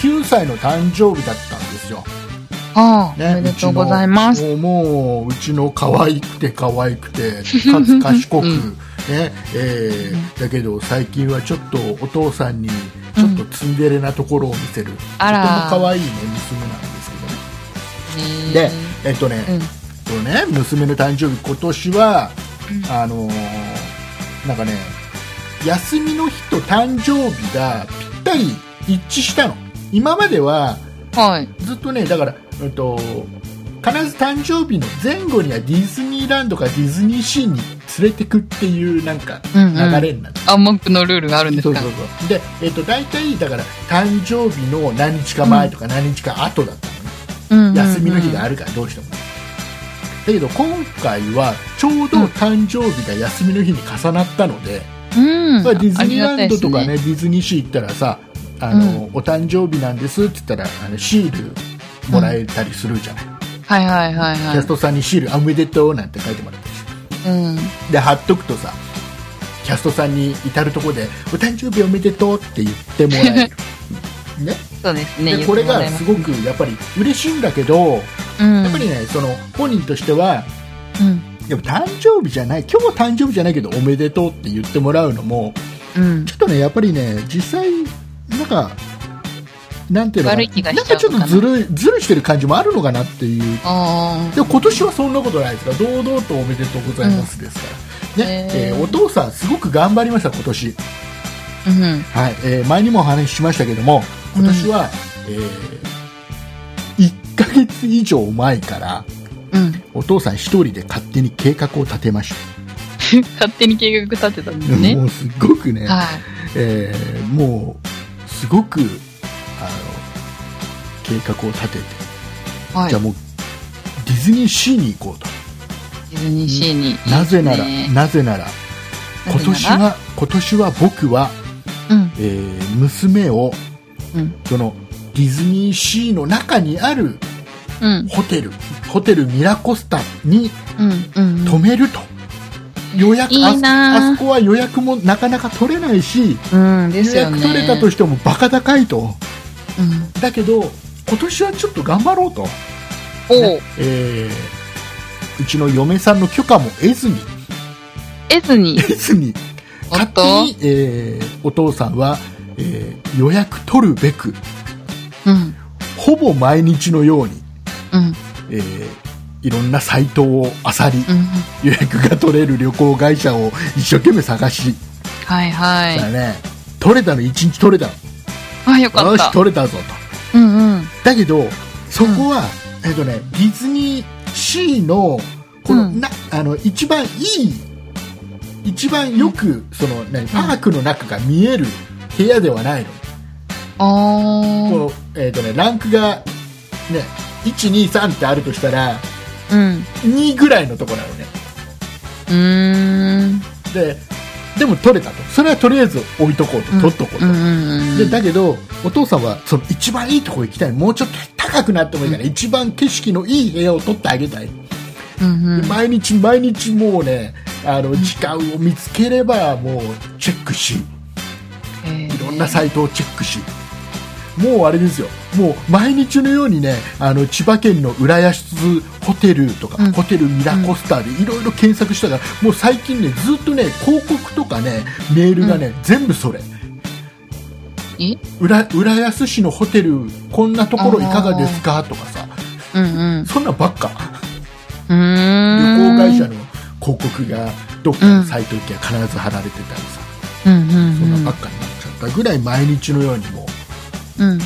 Speaker 2: 9歳の誕生日だったんですよ、
Speaker 1: ああ、
Speaker 2: ね、
Speaker 1: おめでとうございます
Speaker 2: うちのもうもううちの可愛くて可愛くてかつ賢く、
Speaker 1: うん
Speaker 2: ねえーだけど最近はちょっとお父さんにちょっとツンデレなところを見せる、とても
Speaker 1: あら
Speaker 2: 可愛いね娘なんですけどねでえっとね、
Speaker 1: えうん
Speaker 2: このね娘の誕生日今年は、あのーなんかね休みの日と誕生日がぴったり一致したの今までは
Speaker 1: はい
Speaker 2: ずっとねだから、えっと必ず誕生日の前後にはディズニーランドかディズニーシーに連れてくっていうなんか
Speaker 1: うんうん
Speaker 2: 流れになって、
Speaker 1: あ、文句のルールがあるんです
Speaker 2: そう
Speaker 1: か
Speaker 2: そうそうで、えっと大体だから誕生日の何日か前とか何日か後だったのね、
Speaker 1: うんうんうん
Speaker 2: 休みの日があるからどうしてもね、だけど今回はちょうど誕生日が休みの日に重なったので、
Speaker 1: うん。
Speaker 2: まあ、ディズニーランドとか
Speaker 1: ありがたい
Speaker 2: ね
Speaker 1: です。
Speaker 2: ディズニーシー行ったらさあの、お誕生日なんですって言ったらあのシールもらえたりするじゃん、
Speaker 1: はいはいはいは
Speaker 2: キ
Speaker 1: い
Speaker 2: ャス。トさんにシール「おめでとう」なんて書いてもらって
Speaker 1: うん。
Speaker 2: で貼っとくとさキャストさんに至るところで「お誕生日おめでとう」って言っても らえるね、
Speaker 1: そうですね。
Speaker 2: でこれ
Speaker 1: 言
Speaker 2: が
Speaker 1: って
Speaker 2: す
Speaker 1: も
Speaker 2: ごくやっぱり嬉しいんだけど、
Speaker 1: らえ
Speaker 2: やっ
Speaker 1: ます
Speaker 2: ぱりねその本人としては
Speaker 1: うん。
Speaker 2: でも誕生日じゃない今日は誕生日じゃないけどおめでとうって言ってもらうのも
Speaker 1: うん。
Speaker 2: ちょっとねやっぱりね実際なんかなんていうのかな
Speaker 1: 悪い気が
Speaker 2: なん
Speaker 1: しちゃう
Speaker 2: かち
Speaker 1: の
Speaker 2: ょっ
Speaker 1: かな
Speaker 2: とずるいずるしてる感じもあるのかなっていう
Speaker 1: あ
Speaker 2: でも今年はそんなことないですから堂々とおめでとうございますですから、ね
Speaker 1: へー
Speaker 2: えーお父さんすごく頑張りました今年、
Speaker 1: あ。うん。
Speaker 2: はいえー前にもお話ししましたけども今年は、え1ヶ月以上前から
Speaker 1: うん。
Speaker 2: お父さん一人で勝手に計画を立てまし
Speaker 1: 勝手に計画立てたんで
Speaker 2: た、
Speaker 1: すね
Speaker 2: も。うすごくね、
Speaker 1: はい。
Speaker 2: えーもうすごくあの計画を立てて、
Speaker 1: はい。
Speaker 2: じゃ
Speaker 1: デ
Speaker 2: あもうディズニーシーに行こうと
Speaker 1: ィズニーシーに。
Speaker 2: なぜなら、
Speaker 1: ね
Speaker 2: なぜなら今年。
Speaker 1: なぜなら
Speaker 2: は今年は僕は、
Speaker 1: うん。
Speaker 2: えー娘を
Speaker 1: うん。
Speaker 2: そのディズニーシーの中にある
Speaker 1: うん。
Speaker 2: ホテルホテルミラコスタに
Speaker 1: うん。うん。
Speaker 2: 泊めると、予約
Speaker 1: いい
Speaker 2: あそ
Speaker 1: なぁ
Speaker 2: あそこは予約もなかなか取れないし、
Speaker 1: うん。で
Speaker 2: 予
Speaker 1: すよ
Speaker 2: 約
Speaker 1: ね。
Speaker 2: 取れたとしてもバカ高いと
Speaker 1: うん。
Speaker 2: だけど今年はちょっと頑張ろうと、
Speaker 1: おう。
Speaker 2: えーうちの嫁さんの許可も得ずに
Speaker 1: エスに。
Speaker 2: 得ずに
Speaker 1: おっ
Speaker 2: 勝手
Speaker 1: と
Speaker 2: に、えーお父さんは、えー予約取るべく
Speaker 1: うん。
Speaker 2: ほぼ毎日のように、
Speaker 1: うん。
Speaker 2: えーいろんなサイトを漁り、
Speaker 1: うん。
Speaker 2: 予約が取れる旅行会社を一生懸命探し、
Speaker 1: はいは
Speaker 2: だから
Speaker 1: い。
Speaker 2: ね、取れたの1日取れた
Speaker 1: あ、よ
Speaker 2: の
Speaker 1: かっ。
Speaker 2: よした取れたぞと
Speaker 1: うんうん。
Speaker 2: だけどそこは、えっとね、ディズニーシーのこの、
Speaker 1: うん
Speaker 2: なあの一番いい一番よくその何パークの中が見える部屋ではないの
Speaker 1: あー。
Speaker 2: こうえーとね、ランクが、ね、123ってあるとしたら
Speaker 1: うん。
Speaker 2: 2ぐらいのところなのね
Speaker 1: うーん。
Speaker 2: ででも取れたとそれはとりあえず置いとこうと、取っとこう
Speaker 1: う
Speaker 2: と、
Speaker 1: んうんうん。
Speaker 2: でだけどお父さんはその一番いいとこ行きたいもうちょっと高くなってもいいから、一番景色のいい部屋を取ってあげたい、
Speaker 1: うんうん
Speaker 2: で毎日毎日もうねあの時間を見つければもうチェックし
Speaker 1: えー
Speaker 2: いろんなサイトをチェックしもうあれですよもう毎日のようにねあの千葉県の浦安ホテルとか、
Speaker 1: うん
Speaker 2: ホテルミラコスタでいろいろ検索したからもう最近ねずっとね広告とかねメールがね、全部それ
Speaker 1: え
Speaker 2: 浦浦安市のホテルこんなところいかがですかとかさ
Speaker 1: うんうん。う
Speaker 2: そんなんばっか
Speaker 1: ー
Speaker 2: 旅
Speaker 1: ん。
Speaker 2: 行会社の広告がどっかのサイト行きは必ず貼られてたりさ、
Speaker 1: うん
Speaker 2: そ
Speaker 1: うんんう
Speaker 2: なんばっかになっちゃったぐらい毎日のようにもう
Speaker 1: うん。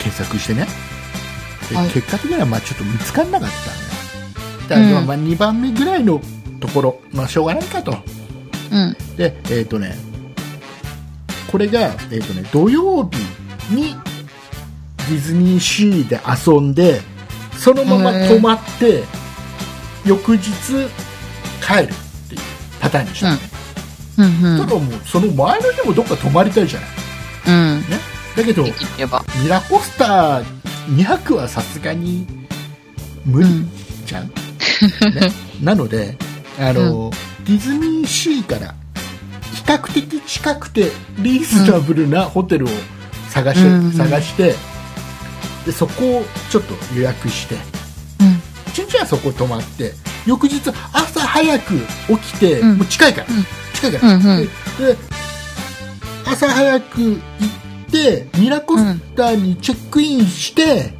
Speaker 2: 検索してねで、
Speaker 1: はい
Speaker 2: 結果的にはまあちょっと見つからなかったのよだからまあ2番目ぐらいのところ、まあ、しょうがないかと
Speaker 1: うん。
Speaker 2: でえっ、とねこれが、えーとね、土曜日にディズニーシーで遊んでそのまま泊まって翌日帰るっていうパターンにしたのね、
Speaker 1: うんうん
Speaker 2: ただもうその前の日もどっか泊まりたいじゃな
Speaker 1: う
Speaker 2: い、
Speaker 1: ん。
Speaker 2: ね、だけど
Speaker 1: できれば。
Speaker 2: ミラコスター2泊はさすがに無理 じゃん、ね、なのであの、ディズニーシーから比較的近くてリーズナブルなホテルを探して,、
Speaker 1: うん
Speaker 2: 探してでそこをちょっと予約して
Speaker 1: うん。
Speaker 2: 一日はそこ泊まって翌日朝早く起きて、
Speaker 1: うん
Speaker 2: もう近いから、
Speaker 1: うん
Speaker 2: 近いから、
Speaker 1: うんうん
Speaker 2: でで朝早く行ってミラコスタにチェックインして、で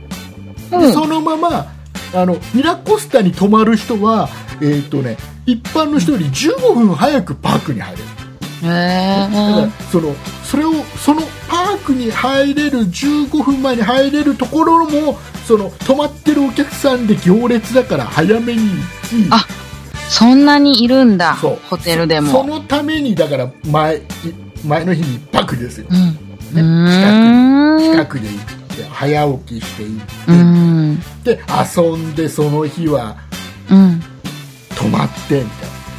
Speaker 1: うん
Speaker 2: そのままあのミラコスタに泊まる人は、えーとね、一般の人より15分早くパークに入れる、
Speaker 1: え
Speaker 2: だから
Speaker 1: ー。
Speaker 2: そのそれをそのパークに入れる15分前に入れるところもその泊まってるお客さんで行列だから早めに行き
Speaker 1: あそんなにいるんだ
Speaker 2: そう
Speaker 1: ホテルで
Speaker 2: そ
Speaker 1: も
Speaker 2: のためにだから前い前の日に1泊ですよ、
Speaker 1: う
Speaker 2: ね、
Speaker 1: んうー
Speaker 2: 近
Speaker 1: ん
Speaker 2: くで行って早起きして行
Speaker 1: う
Speaker 2: っ
Speaker 1: ん
Speaker 2: て、で遊んでその日は
Speaker 1: うん
Speaker 2: 泊まってみ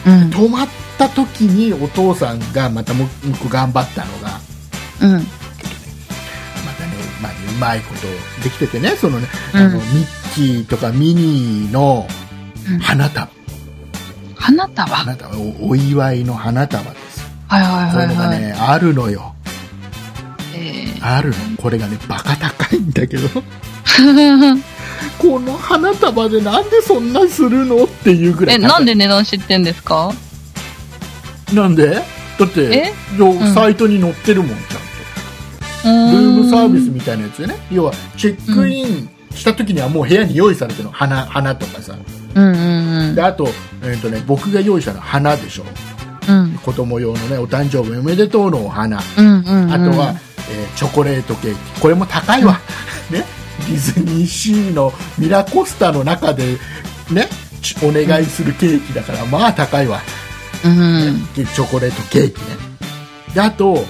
Speaker 2: たいな
Speaker 1: うん
Speaker 2: 泊まった時にお父さんがまたもう一個頑張ったのが
Speaker 1: うん
Speaker 2: またね、まあ、うまいことできててねそのね、
Speaker 1: うん
Speaker 2: あのミッキーとかミニーの
Speaker 1: うん
Speaker 2: 花束、
Speaker 1: 花束はい
Speaker 2: 花束おお祝いの花束ですよこう
Speaker 1: はいいう
Speaker 2: の
Speaker 1: はいは
Speaker 2: が
Speaker 1: い、
Speaker 2: ね、あるのよ
Speaker 1: え
Speaker 2: あるのこれがねバカ高いんだけど
Speaker 1: ー
Speaker 2: この花束でなんでそんなするのっていうぐらい
Speaker 1: えなんで値段知ってんですか
Speaker 2: なんでだって
Speaker 1: え
Speaker 2: よ
Speaker 1: ん
Speaker 2: サイトに載ってるもんちゃんと
Speaker 1: ル
Speaker 2: ルームサービスみたいなやつでね要はチェックインした時にはもう部屋に用意されてるの花花とかさ
Speaker 1: うんうん
Speaker 2: であと,、えーとね、僕が用意したのは花でしょ
Speaker 1: うん
Speaker 2: 子供用のねお誕生日おめでとうのお花あ
Speaker 1: うんうんうん
Speaker 2: とは、えーチョコレートケーキこれも高いわ、 ねディズニーシーのミラコスタの中でねちお願いするケーキだからまあ高いわ、
Speaker 1: うん
Speaker 2: チョコレートケーキねであと、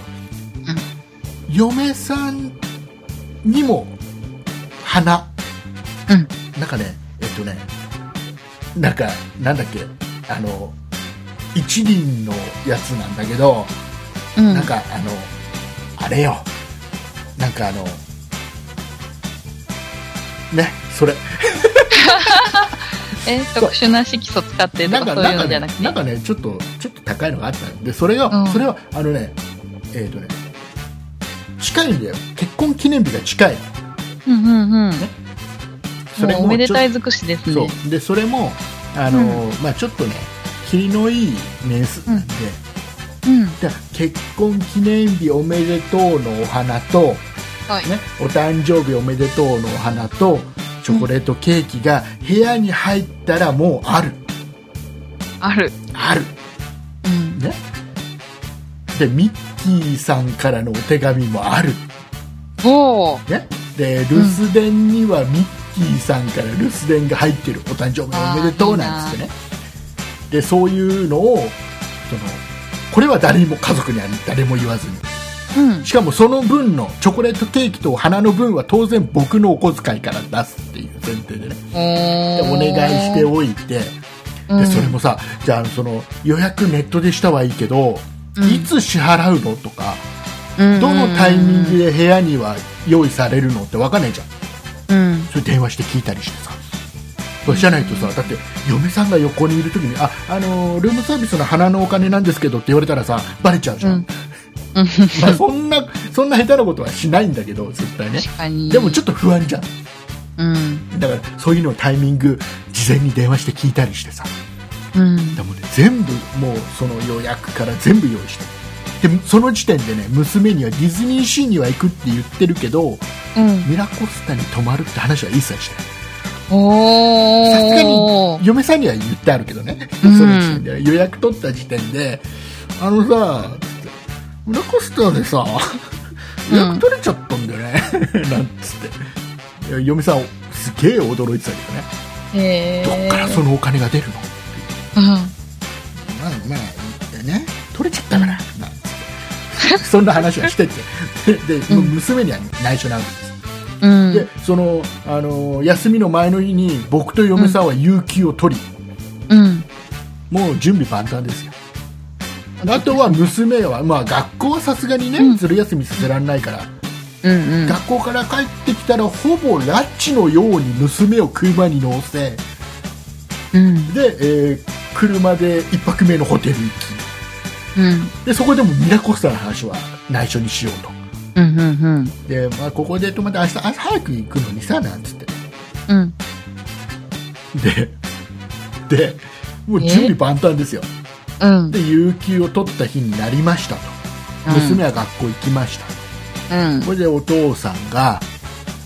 Speaker 2: 嫁さんにも花
Speaker 1: うん
Speaker 2: なんかねえっとねなんかなんだっけあの一輪のやつなんだけど、
Speaker 1: うん
Speaker 2: なんかあのあれよなんかあのねそれ
Speaker 1: え
Speaker 2: う
Speaker 1: 特殊な色素使ってと
Speaker 2: なん
Speaker 1: か
Speaker 2: か
Speaker 1: そういう
Speaker 2: な
Speaker 1: の
Speaker 2: んか
Speaker 1: じゃ
Speaker 2: ね
Speaker 1: なくて
Speaker 2: なんかねちょっとちょっと高いのがあったんでそれが、
Speaker 1: うん
Speaker 2: それはあのねえっ、とね近いんだよ結婚記念日が近い
Speaker 1: うんうんうん
Speaker 2: それ
Speaker 1: もうおめで
Speaker 2: ちょっと
Speaker 1: たい尽くしですね
Speaker 2: そうでそれもあの、まあ、ちょっとね霧のいい年数なんで、
Speaker 1: うん
Speaker 2: じゃあ結婚記念日おめでとうのお花と、ね、
Speaker 1: はい
Speaker 2: お誕生日おめでとうのお花とチョコレートケーキが部屋に入ったらもうある
Speaker 1: ある
Speaker 2: ある
Speaker 1: うん
Speaker 2: ねでミッキーさんからのお手紙もある
Speaker 1: おー
Speaker 2: ねで留守電にはミッキーさんから留守電が入ってるお誕生日おめでとうなんつってねでそういうのをそのこれは誰にも家族には誰も言わずに
Speaker 1: うん
Speaker 2: しかもその分のチョコレートケーキと花の分は当然僕のお小遣いから出すっていう前提でねでお
Speaker 1: お
Speaker 2: 願いして
Speaker 1: お
Speaker 2: おいて
Speaker 1: う
Speaker 2: で
Speaker 1: ん
Speaker 2: それもさじゃあその予約ネットでしたはいいけど、
Speaker 1: うん
Speaker 2: いつ支払うのとか
Speaker 1: うん
Speaker 2: どのタイミングで部屋には用意されるのって分かんないじゃん
Speaker 1: うん
Speaker 2: それ電話して聞いたりしてさそうじゃないとさだって嫁さんが横にいる時に「ああのールームサービスの花のお金なんですけど」って言われたらさバレちゃうじゃん、
Speaker 1: うんうん
Speaker 2: まあ、そんなそんな下手なことはしないんだけど絶対ね
Speaker 1: 確かに
Speaker 2: でもちょっと不安じゃん
Speaker 1: うん
Speaker 2: だからそういうのをタイミング事前に電話して聞いたりしてさ
Speaker 1: うん
Speaker 2: でもね全部もうその予約から全部用意してでその時点でね娘にはディズニーシーには行くって言ってるけど
Speaker 1: うん
Speaker 2: ミラコスタに泊まるって話は一切してない
Speaker 1: おー
Speaker 2: さすがに嫁さんには言ってあるけどね、
Speaker 1: うん
Speaker 2: その時点で予約取った時点であのさミラコスタでさ
Speaker 1: うん
Speaker 2: 予約取れちゃったんだよね、 なんつっていや嫁さんすげえ驚いてたけどね、
Speaker 1: へ
Speaker 2: どっから
Speaker 1: ー
Speaker 2: そのお金が出るの
Speaker 1: うん
Speaker 2: まあまあね取れちゃったからなんつってそんな話はしてて で
Speaker 1: う
Speaker 2: で、
Speaker 1: ん
Speaker 2: 娘には内緒なんです
Speaker 1: うん
Speaker 2: でその、あの休みの前の日に僕と嫁さんは有給を取り、
Speaker 1: うん
Speaker 2: もう準備万端ですよあとは娘は、まあ、学校はさすがにね、
Speaker 1: うん
Speaker 2: ずる休みさせられないから、
Speaker 1: うんうん
Speaker 2: 学校から帰ってきたらほぼ拉致のように娘を車に乗せ
Speaker 1: うん
Speaker 2: で、えー車で1泊目のホテル行き
Speaker 1: うん
Speaker 2: でそこでもミラコスタの話は内緒にしようと
Speaker 1: うんうんうん
Speaker 2: で、まあ、ここで泊まって明日朝早く行くのにさなんつって
Speaker 1: うん
Speaker 2: ででもう準備万端ですよ
Speaker 1: うん
Speaker 2: で有給を取った日になりましたと
Speaker 1: うん
Speaker 2: 娘は学校行きました
Speaker 1: うん
Speaker 2: これでお父さんが、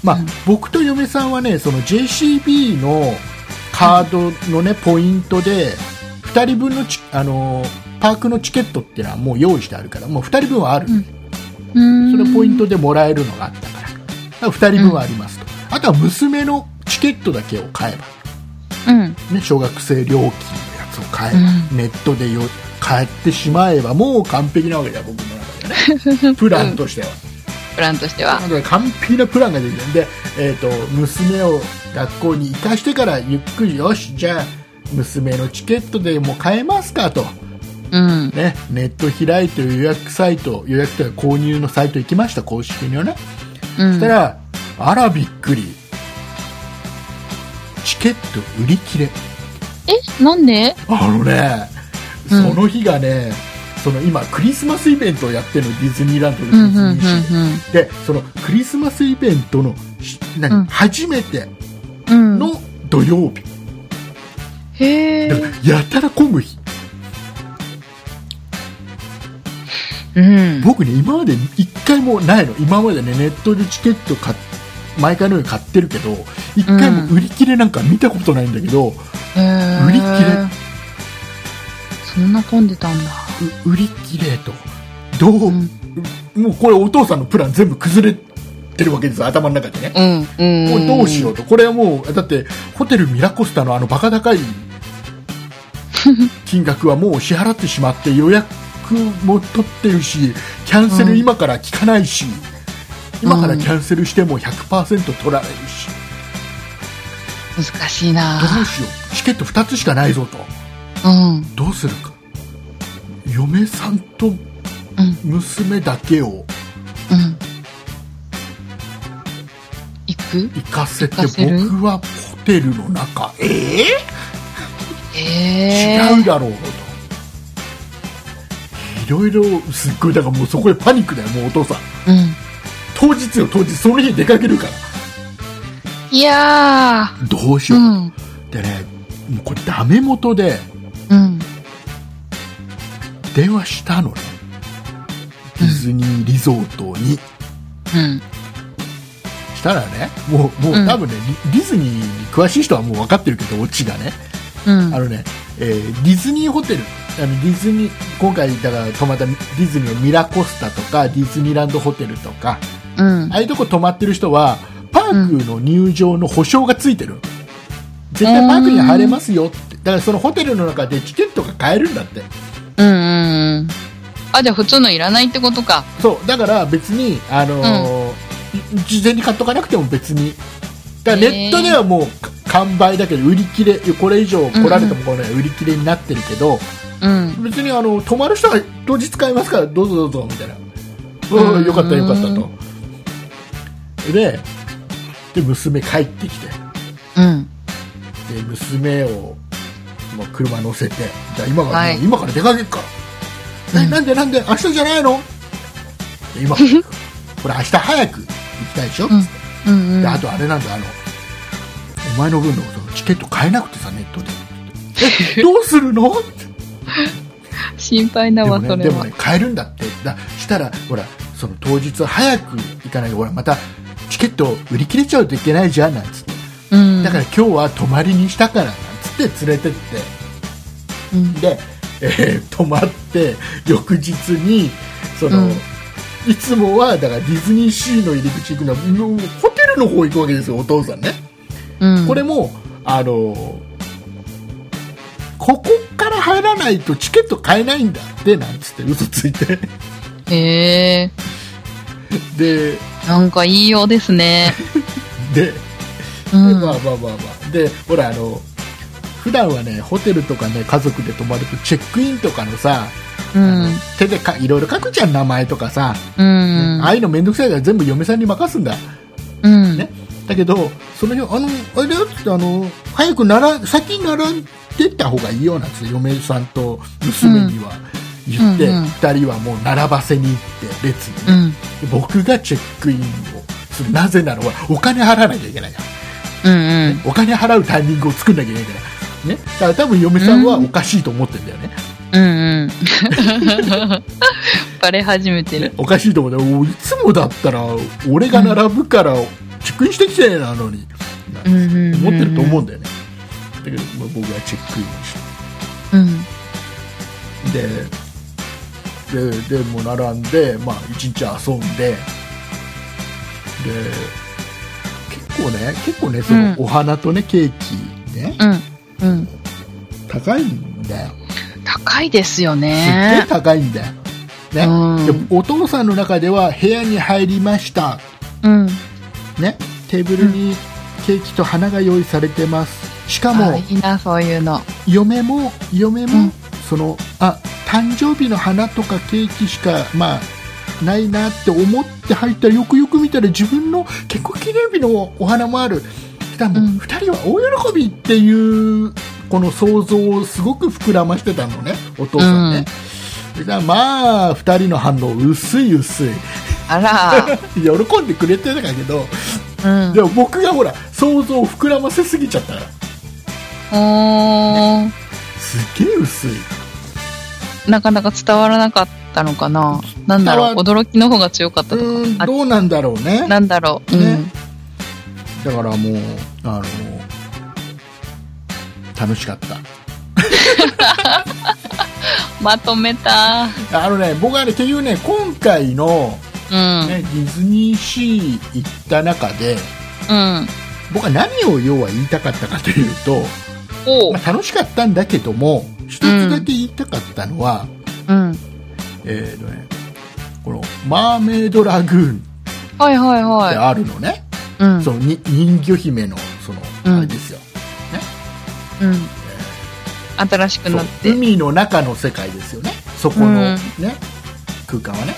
Speaker 2: まあ
Speaker 1: うん
Speaker 2: 僕と嫁さんはねその JCB のカードの、ね、ポイントで2人分のチあのーパークのチケットっていうのはもう用意してあるからもう2人分はある、
Speaker 1: うん
Speaker 2: それポイントでもらえるのがあったからだから2人分はありますと、あとは娘のチケットだけを買えば、
Speaker 1: うん。
Speaker 2: ね、小学生料金のやつを買えば、ネットでよ買ってしまえばもう完璧なわけだよ僕の中でねプランとしては、
Speaker 1: プランとしては。
Speaker 2: なので完璧なプランができるんで、えー、と娘を学校に行かしてからゆっくりよしじゃあ娘のチケットでもう買えますかと、
Speaker 1: うん。
Speaker 2: ね、ネット開いて予約サイト予約というか購入のサイト行きました公式にはね、
Speaker 1: う
Speaker 2: そ
Speaker 1: ん
Speaker 2: した。らあらびっくりチケット売り切れ
Speaker 1: え、なんで
Speaker 2: あのね、
Speaker 1: うん
Speaker 2: その日がねその今クリスマスイベントをやってるのディズニーランドの
Speaker 1: う
Speaker 2: デ
Speaker 1: ん、う
Speaker 2: ィ
Speaker 1: ん、
Speaker 2: ズ
Speaker 1: うん、う
Speaker 2: ニーシー
Speaker 1: ん。
Speaker 2: でそのクリスマスイベントのし何、
Speaker 1: うん
Speaker 2: 初めて
Speaker 1: うん
Speaker 2: の土曜日、
Speaker 1: へえ
Speaker 2: だ。からやたら混む日
Speaker 1: うん。
Speaker 2: 僕ね今まで一回もないの今までねネットでチケット買っ毎回のように買ってるけど一回も売り切れなんか見たことないんだけど、
Speaker 1: 売
Speaker 2: り切れ
Speaker 1: そんな混んでたんだ。
Speaker 2: う売り切れとどう、
Speaker 1: うん
Speaker 2: もうこれお父さんのプラン全部崩れてるわけですよ頭の中でね、
Speaker 1: うん。うん。
Speaker 2: もうどうしようと、これはもう、だって、ホテルミラコスタのあのバカ 高い金額はもう支払ってしまって、予約も取ってるし、キャンセ
Speaker 1: う
Speaker 2: ル
Speaker 1: ん
Speaker 2: 今から聞かないし、今から
Speaker 1: うん
Speaker 2: キャンセルしても100%取られるし、
Speaker 1: 難しいな
Speaker 2: どうしよ う、チケット2つしかないぞと、
Speaker 1: うん。うん。
Speaker 2: どうするか、嫁さんと娘だけを
Speaker 1: うん。行く
Speaker 2: 行かせて、
Speaker 1: 行かせる
Speaker 2: 僕はホテルの中、えー
Speaker 1: ええ
Speaker 2: 違うだろうと、いろいろすっごいだからもうそこでパニックだよもうお父さん
Speaker 1: うん。
Speaker 2: 当日よ当日その日出かけるから
Speaker 1: いやー。
Speaker 2: どう
Speaker 1: う
Speaker 2: しよう、
Speaker 1: ん。
Speaker 2: でねもうこれダメ元で
Speaker 1: うん。
Speaker 2: 電話したのねディズニーリゾートに、
Speaker 1: うん。
Speaker 2: したらねもうもう多分ね、リディズニーに詳しい人はもう分かってるけどオチがね
Speaker 1: うん。
Speaker 2: あのね、えーディズニーホテルあのディズニー今回だから泊まったディズニーのミラコスタとかディズニーランドホテルとか
Speaker 1: うん
Speaker 2: あ。あいうとこ泊まってる人は、パークの入場の保証がついてる。絶対パークには入れますよって。だからそのホテルの中でチケットが買えるんだって。
Speaker 1: うんうんうん。あ、じゃあ普通のいらないってことか。
Speaker 2: そう。だから別に、あのーい事前に買っとかなくても別に。だからネットではもうか完売だけど、売り切れ、これ以上来られてもこれ売り切れになってるけど、
Speaker 1: うん。
Speaker 2: 別にあの、泊まる人は当日買いますから、どうぞどうぞ、みたいな。
Speaker 1: うん
Speaker 2: うん、よかったよかったと。で、で、娘帰ってきて。
Speaker 1: うん。
Speaker 2: で娘を、まあ、車乗せてじゃあ今から、
Speaker 1: はい
Speaker 2: 今から出かけるから、え
Speaker 1: うん
Speaker 2: なんでなんで明日じゃないの で今から行くこれ明日早く行きたいでしょ、
Speaker 1: んうんうん。
Speaker 2: であとあれなんだあのお前の分のそのチケット買えなくてさネットでえどうするの
Speaker 1: 心配だ
Speaker 2: でも
Speaker 1: わ、
Speaker 2: ね
Speaker 1: そ
Speaker 2: で
Speaker 1: れ
Speaker 2: も
Speaker 1: は
Speaker 2: ね。買えるんだってだしたらほらその当日早く行かないとほらまたチケット売り切れちゃうといけないじゃんなんつって
Speaker 1: うん。
Speaker 2: だから今日は泊まりにしたからなんつって連れてって
Speaker 1: うん。
Speaker 2: で、えー泊まって翌日にその、
Speaker 1: うん
Speaker 2: いつもはだからディズニーシーの入り口行くのはもうホテルの方行くわけですよお父さんね、
Speaker 1: うん。
Speaker 2: これもあのここから入らないとチケット買えないんだってなんつって嘘ついて
Speaker 1: へえ。
Speaker 2: で
Speaker 1: なんかいいようですね。
Speaker 2: で、
Speaker 1: う
Speaker 2: まあ
Speaker 1: ん。
Speaker 2: まあまあまあでほらあの普段はねホテルとかね家族で泊まるとチェックインとかのさ、
Speaker 1: う
Speaker 2: あの
Speaker 1: ん。
Speaker 2: 手でかいろいろ書くじゃん名前とかさ、
Speaker 1: うん。
Speaker 2: ああいうのめんどくさいから全部嫁さんに任すんだ。
Speaker 1: うん。
Speaker 2: ね。だけど、その辺、あの、あれだよって言って、あの、早くなら、先に並んでった方がいいよなんつって、嫁さんと娘には言って、
Speaker 1: うんうん
Speaker 2: 二人はもう並ばせに行って、列に、
Speaker 1: うん。
Speaker 2: で僕がチェックインをする。なぜなら、ほらお金払わなきゃいけないから。
Speaker 1: うんうん。
Speaker 2: お金払うタイミングを作んなきゃいけないから。ね。だから多分嫁さんはおかしいと思ってんだよね。
Speaker 1: うんうん。バレ始めてる。
Speaker 2: おかしいと思っておいつもだったら俺が並ぶからチェックインしてきてなのに、
Speaker 1: うんうんうん
Speaker 2: 思ってると思うんだよねだけど、まあ、僕はチェックインをし
Speaker 1: うん。
Speaker 2: てでででもう並んで、まあ、一日遊んでで構ね結構ねその
Speaker 1: うん
Speaker 2: お花とね、ケーキね
Speaker 1: うん。うん。
Speaker 2: 高いんだよ
Speaker 1: 高いですよ
Speaker 2: すっげえ
Speaker 1: ね。
Speaker 2: 高いんだよ、ね
Speaker 1: うん
Speaker 2: でもお父さんの中では部屋に入りました、
Speaker 1: うん。
Speaker 2: ね、テーブルにケーキと花が用意されてますしか
Speaker 1: あ
Speaker 2: も
Speaker 1: いいな、そういうの。
Speaker 2: 嫁も嫁も、
Speaker 1: うん
Speaker 2: そのあ誕生日の花とかケーキしかまあないなって思って入ったらよくよく見たら自分の結婚記念日のお花もある多分、
Speaker 1: うん
Speaker 2: 2人は大喜びっていうこの想像をすごく膨らましてたのねお父さんね、だからまあ2人の反応薄い薄い
Speaker 1: あ ら。
Speaker 2: 喜んでくれてたんだけど
Speaker 1: うん。
Speaker 2: でも僕がほら想像を膨らませすぎちゃったから
Speaker 1: おー
Speaker 2: すげえ薄い
Speaker 1: なかなか伝わらなかったのかな。なんだろう、
Speaker 2: 伝わ
Speaker 1: 驚きの方が強かった
Speaker 2: う
Speaker 1: とか。
Speaker 2: ーん
Speaker 1: あ
Speaker 2: どうなんだろうね
Speaker 1: なんだろう。
Speaker 2: ねだからもうあの楽しかっ
Speaker 1: うん。まとめた。
Speaker 2: たあのね僕はねっていうね今回の、
Speaker 1: うん。
Speaker 2: ねディズニーシー行った中で
Speaker 1: うん。
Speaker 2: 僕は何を要は言いたかったかというと、
Speaker 1: おう
Speaker 2: ま。あ、楽しかったんだけども一つだけ言いたかったのは、
Speaker 1: うん。
Speaker 2: えーとね、このマーメイドラグーンって
Speaker 1: はいはいは
Speaker 2: あるのね、
Speaker 1: い。うん。
Speaker 2: そのに人魚姫のその、
Speaker 1: うん
Speaker 2: あれですよ
Speaker 1: うん。新しくなっ
Speaker 2: そう
Speaker 1: て。
Speaker 2: 海の中の世界ですよねそこの、
Speaker 1: うん
Speaker 2: ね空間はね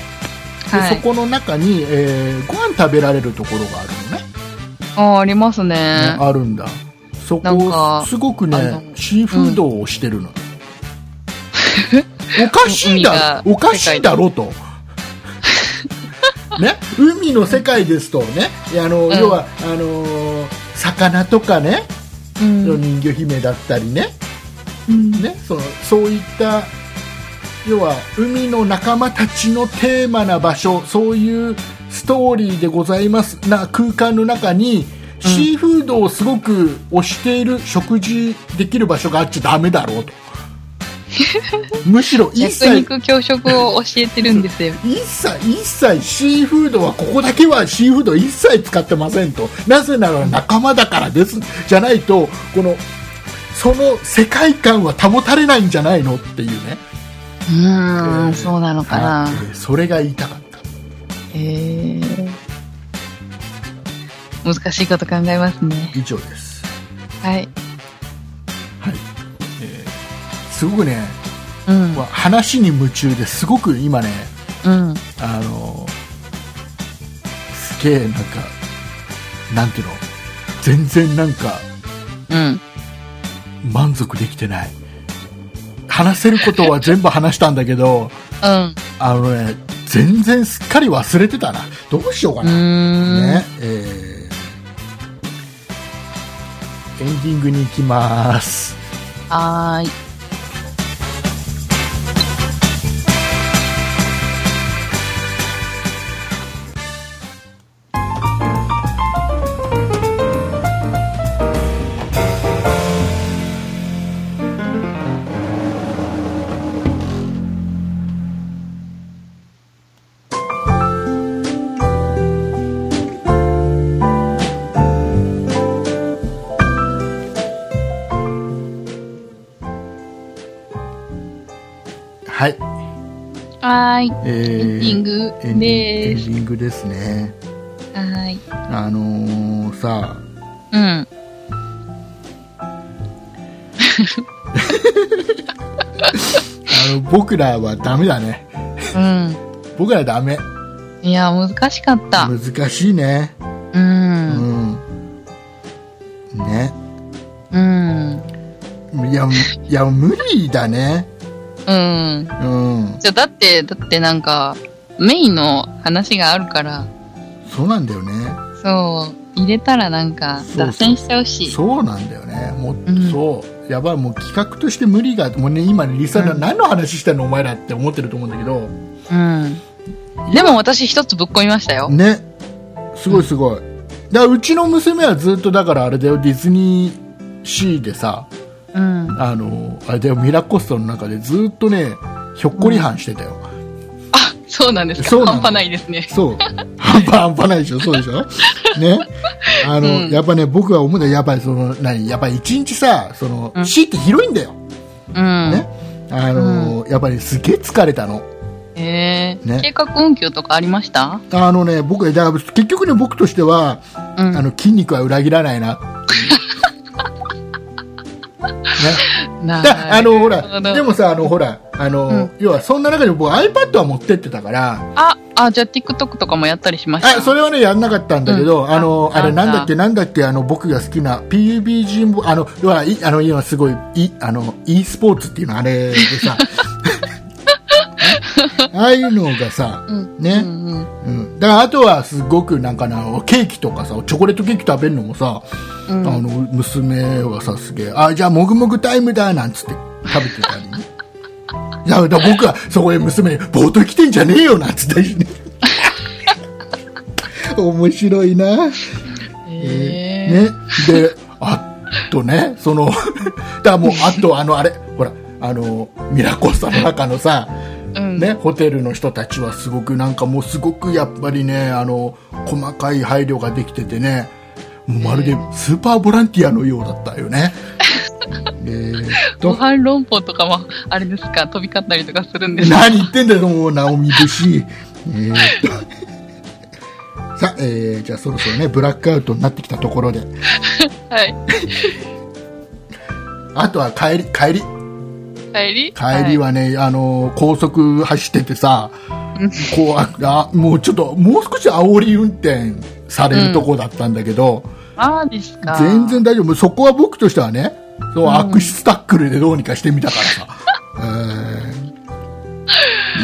Speaker 2: で
Speaker 1: は
Speaker 2: そ
Speaker 1: い。
Speaker 2: この中に、えーご飯食べられるところがあるのね、
Speaker 1: あー、ありますね。
Speaker 2: あるんだそ
Speaker 1: なんか
Speaker 2: こすごく
Speaker 1: あ
Speaker 2: ね
Speaker 1: の
Speaker 2: シーフードをしてるの、おかしいだ
Speaker 1: 海
Speaker 2: お
Speaker 1: が
Speaker 2: かしいだろと ね海の世界ですとねいやあの、
Speaker 1: うん
Speaker 2: 要はあのー魚とかね、
Speaker 1: うん。
Speaker 2: 人魚姫だったりね
Speaker 1: うん
Speaker 2: ねそのそういった要は海の仲間たちのテーマな場所そういうストーリーでございますな空間の中にシーフードをすごく推している食事できる場所があっちゃダメ だろうとむしろ一
Speaker 1: 焼
Speaker 2: 切
Speaker 1: 肉教食を教えてるんですよ。
Speaker 2: 一切一切シーフードはここだけはシーフードを一切使ってませんとなぜなら仲間だからですじゃないとこのその世界観は保たれないんじゃないのっていうね
Speaker 1: うーん、そうなのかな。
Speaker 2: はいそれが言いたかった
Speaker 1: へえ。難しいこと考えますね。
Speaker 2: 以上です
Speaker 1: はい。
Speaker 2: はい、えーすごくね
Speaker 1: うん
Speaker 2: ま。あ話に夢中ですごく今ね
Speaker 1: うん。
Speaker 2: あのすげえなんかなんていうの全然なんか
Speaker 1: うん。
Speaker 2: 満足できてない話せることは全部話したんだけど
Speaker 1: うん。
Speaker 2: あのね全然すっかり忘れてたなどうしようか
Speaker 1: うー
Speaker 2: な、
Speaker 1: ん。
Speaker 2: ねえーエンディングに行きます
Speaker 1: はーい。
Speaker 2: はい、
Speaker 1: はーい。
Speaker 2: えー
Speaker 1: エンディング
Speaker 2: エンディン
Speaker 1: です
Speaker 2: エンディングですね
Speaker 1: はーい。
Speaker 2: あのー、さ
Speaker 1: うん。
Speaker 2: あの僕らはダメだね僕らダメ
Speaker 1: うん。いや、難しかった。
Speaker 2: 難しいね
Speaker 1: う。
Speaker 2: うんん、ね
Speaker 1: うん。
Speaker 2: いやいや無理だね
Speaker 1: うん。
Speaker 2: うん
Speaker 1: じゃ、だって、だってなんか、メインの話があるから、
Speaker 2: そうなんだよね
Speaker 1: そう、入れたらなんか、
Speaker 2: そう
Speaker 1: 脱線しちゃうし。
Speaker 2: そうなんだよねもう、
Speaker 1: うん
Speaker 2: そうやばいもう企画として無理がもうね今ねリサー
Speaker 1: うん
Speaker 2: 何の話してんのお前らって思ってると思うんだけど
Speaker 1: うん。でも私一つぶっ込みましたよ。
Speaker 2: ねすごいすごい、だからうちの娘はずっとだからあれだよディズニーシーでさ
Speaker 1: うん。
Speaker 2: あのあれだよミラコストの中でずっとねひょっこりはんしてたよ、
Speaker 1: あ、そうなんですか。
Speaker 2: そうなの
Speaker 1: 半端ないですね。
Speaker 2: そう半端半端ないでしょそうでしょね、あの、
Speaker 1: うん
Speaker 2: やっぱね、僕は思うんだよやっぱりその、何、やっぱり一日さ、その
Speaker 1: う、ん
Speaker 2: C って広いんだよ。
Speaker 1: うん。
Speaker 2: ね。あの、やっぱりすげえ疲れたの。
Speaker 1: えー
Speaker 2: ね
Speaker 1: 計画運休とかありました
Speaker 2: あのね、僕は、だから結局ね、僕としては、
Speaker 1: うん
Speaker 2: あの、筋肉は裏切らな いな。
Speaker 1: な
Speaker 2: だあの、ほ
Speaker 1: な
Speaker 2: ら、
Speaker 1: るほど
Speaker 2: でもさ、あの、ほら、あの、
Speaker 1: うん
Speaker 2: 要は、そんな中で僕 iPad は持ってってたから、
Speaker 1: あ、あ、じゃあ TikTok とかもやったりしました。
Speaker 2: あ、それはね、やんなかったんだけど、
Speaker 1: うん
Speaker 2: あの、
Speaker 1: あ
Speaker 2: あれ、
Speaker 1: な
Speaker 2: なんん
Speaker 1: だ
Speaker 2: だっけ、なんだっけ、あの、僕が好きな PUBG も、あの、要は、いあの、今すごい、い、あの、e スポーツっていうの、あれで さ、ああいうのがさ、
Speaker 1: うん
Speaker 2: ね
Speaker 1: うんうん
Speaker 2: うん、だからあとはすごくなんかなケーキとかさチョコレートケーキ食べるのもさ、
Speaker 1: うん
Speaker 2: あの娘はさすげえあじゃあもぐもぐタイムだなんつって食べて たりねいやだから僕はそこへ娘に「ぼーっと生きてんじゃねえよ」なんつったりね面白いな、
Speaker 1: えー
Speaker 2: ねであとねその だからもうあとあのあれほらあのミラコスタの中のさ
Speaker 1: うん
Speaker 2: ね、ホテルの人たちはすごくなんかもうすごくやっぱりねあの細かい配慮ができててねもうまるでスーパーボランティアのようだったよ ね。えーっ
Speaker 1: ご
Speaker 2: と
Speaker 1: 飯論法とかも、あれですか、飛び交ったりとかするんですか
Speaker 2: 何言ってんだよもう直美武士。えーっとさあ、えーじゃあそろそろねブラックアウトになってきたところで
Speaker 1: はい。
Speaker 2: あとは帰り帰り
Speaker 1: 帰り
Speaker 2: 帰り
Speaker 1: は
Speaker 2: はね、あの高速走っててさこうああもうちょっともう少し煽り運転されるとこだったんだけど、
Speaker 1: い。ああですか。
Speaker 2: 全然。大丈夫そこは僕としてはねそう悪質タックルでどうにかしてみたからさ、えー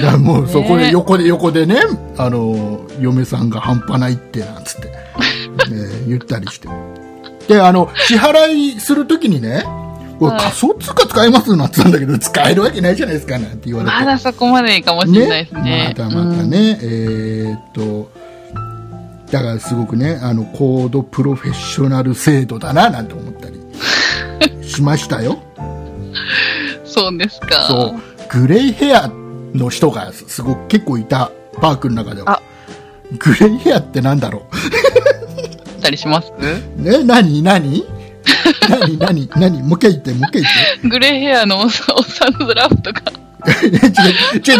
Speaker 2: だからもうそこ
Speaker 1: ね
Speaker 2: で横で横でねあの嫁さんが半端ないってなんつって、 ね、言ったりしてであの支払いするときにねこれ
Speaker 1: はい
Speaker 2: 仮想通貨使えますなんて言ったんだけど使えるわけないじゃないですかなんて言われて
Speaker 1: まだそこまでかもしれないですね。
Speaker 2: またまたね、えーっとだからすごくねあのコードプロフェッショナル制度だななんて思っ たりしましたよ
Speaker 1: うんそうですか。
Speaker 2: そうグレイヘアの人がすすごく結構いたパークの中では
Speaker 1: あ
Speaker 2: グレイヘアってなんだろ
Speaker 1: 行ったりします
Speaker 2: うね何何何何何もう一回言ってもう一回言って
Speaker 1: グレーヘアのおさおさんのラブとか。
Speaker 2: 違う、違う、だか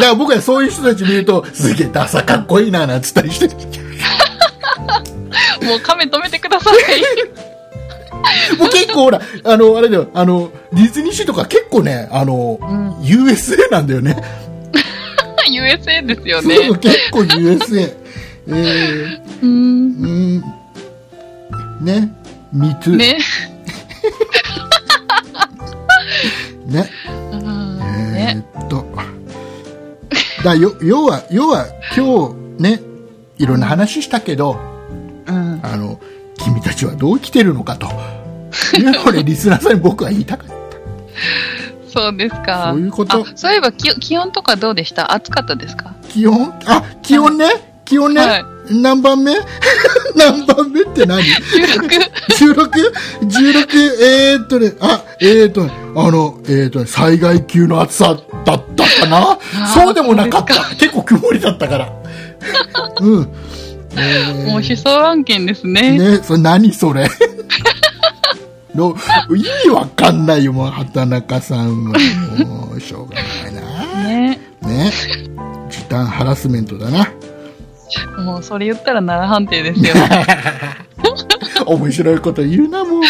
Speaker 2: ら僕はそういう人たち見ると、すげえダサかっこいいな、なんつったりして。
Speaker 1: もう亀止めてください。
Speaker 2: もう結構ほら、あの、あれだよ、あの、ディズニーシーとか結構ね、あの、USA なんだよね。
Speaker 1: USA ですよね。
Speaker 2: そう、結構 USA。えー、
Speaker 1: うん。
Speaker 2: うーん、ね、ミツ、ね、
Speaker 1: ね。うん
Speaker 2: え
Speaker 1: ね。
Speaker 2: ーっと。だよ、要は、要は、今日、ね、いろんな話したけど、
Speaker 1: うん。
Speaker 2: あの、君たちはどう生きてるのか と。いうのをね、リスナーさんに僕は言いたかった。
Speaker 1: そうですか。
Speaker 2: そういうこと
Speaker 1: あそういえば気、気温とかどうでした暑かったですか
Speaker 2: 気温あ、気温ね気温ね、
Speaker 1: はい
Speaker 2: 何番目 何番目って何
Speaker 1: ?16。
Speaker 2: ?16?16? えー、っとね、あ、えー、っとね、あの、えー、っとね、災害級の暑さだったかな
Speaker 1: ー
Speaker 2: そうでもなかった。結構曇りだった から。うん。え
Speaker 1: も
Speaker 2: ー
Speaker 1: う思想案件ですね。
Speaker 2: ね、それ何それ の意味わかんないよ、もう畑中さんは。もう、しょうがないな。
Speaker 1: ね
Speaker 2: ね。時短ハラスメントだな。
Speaker 1: もうそれ言ったら奈良判定ですよ。
Speaker 2: 面白いこと言うな、もう。本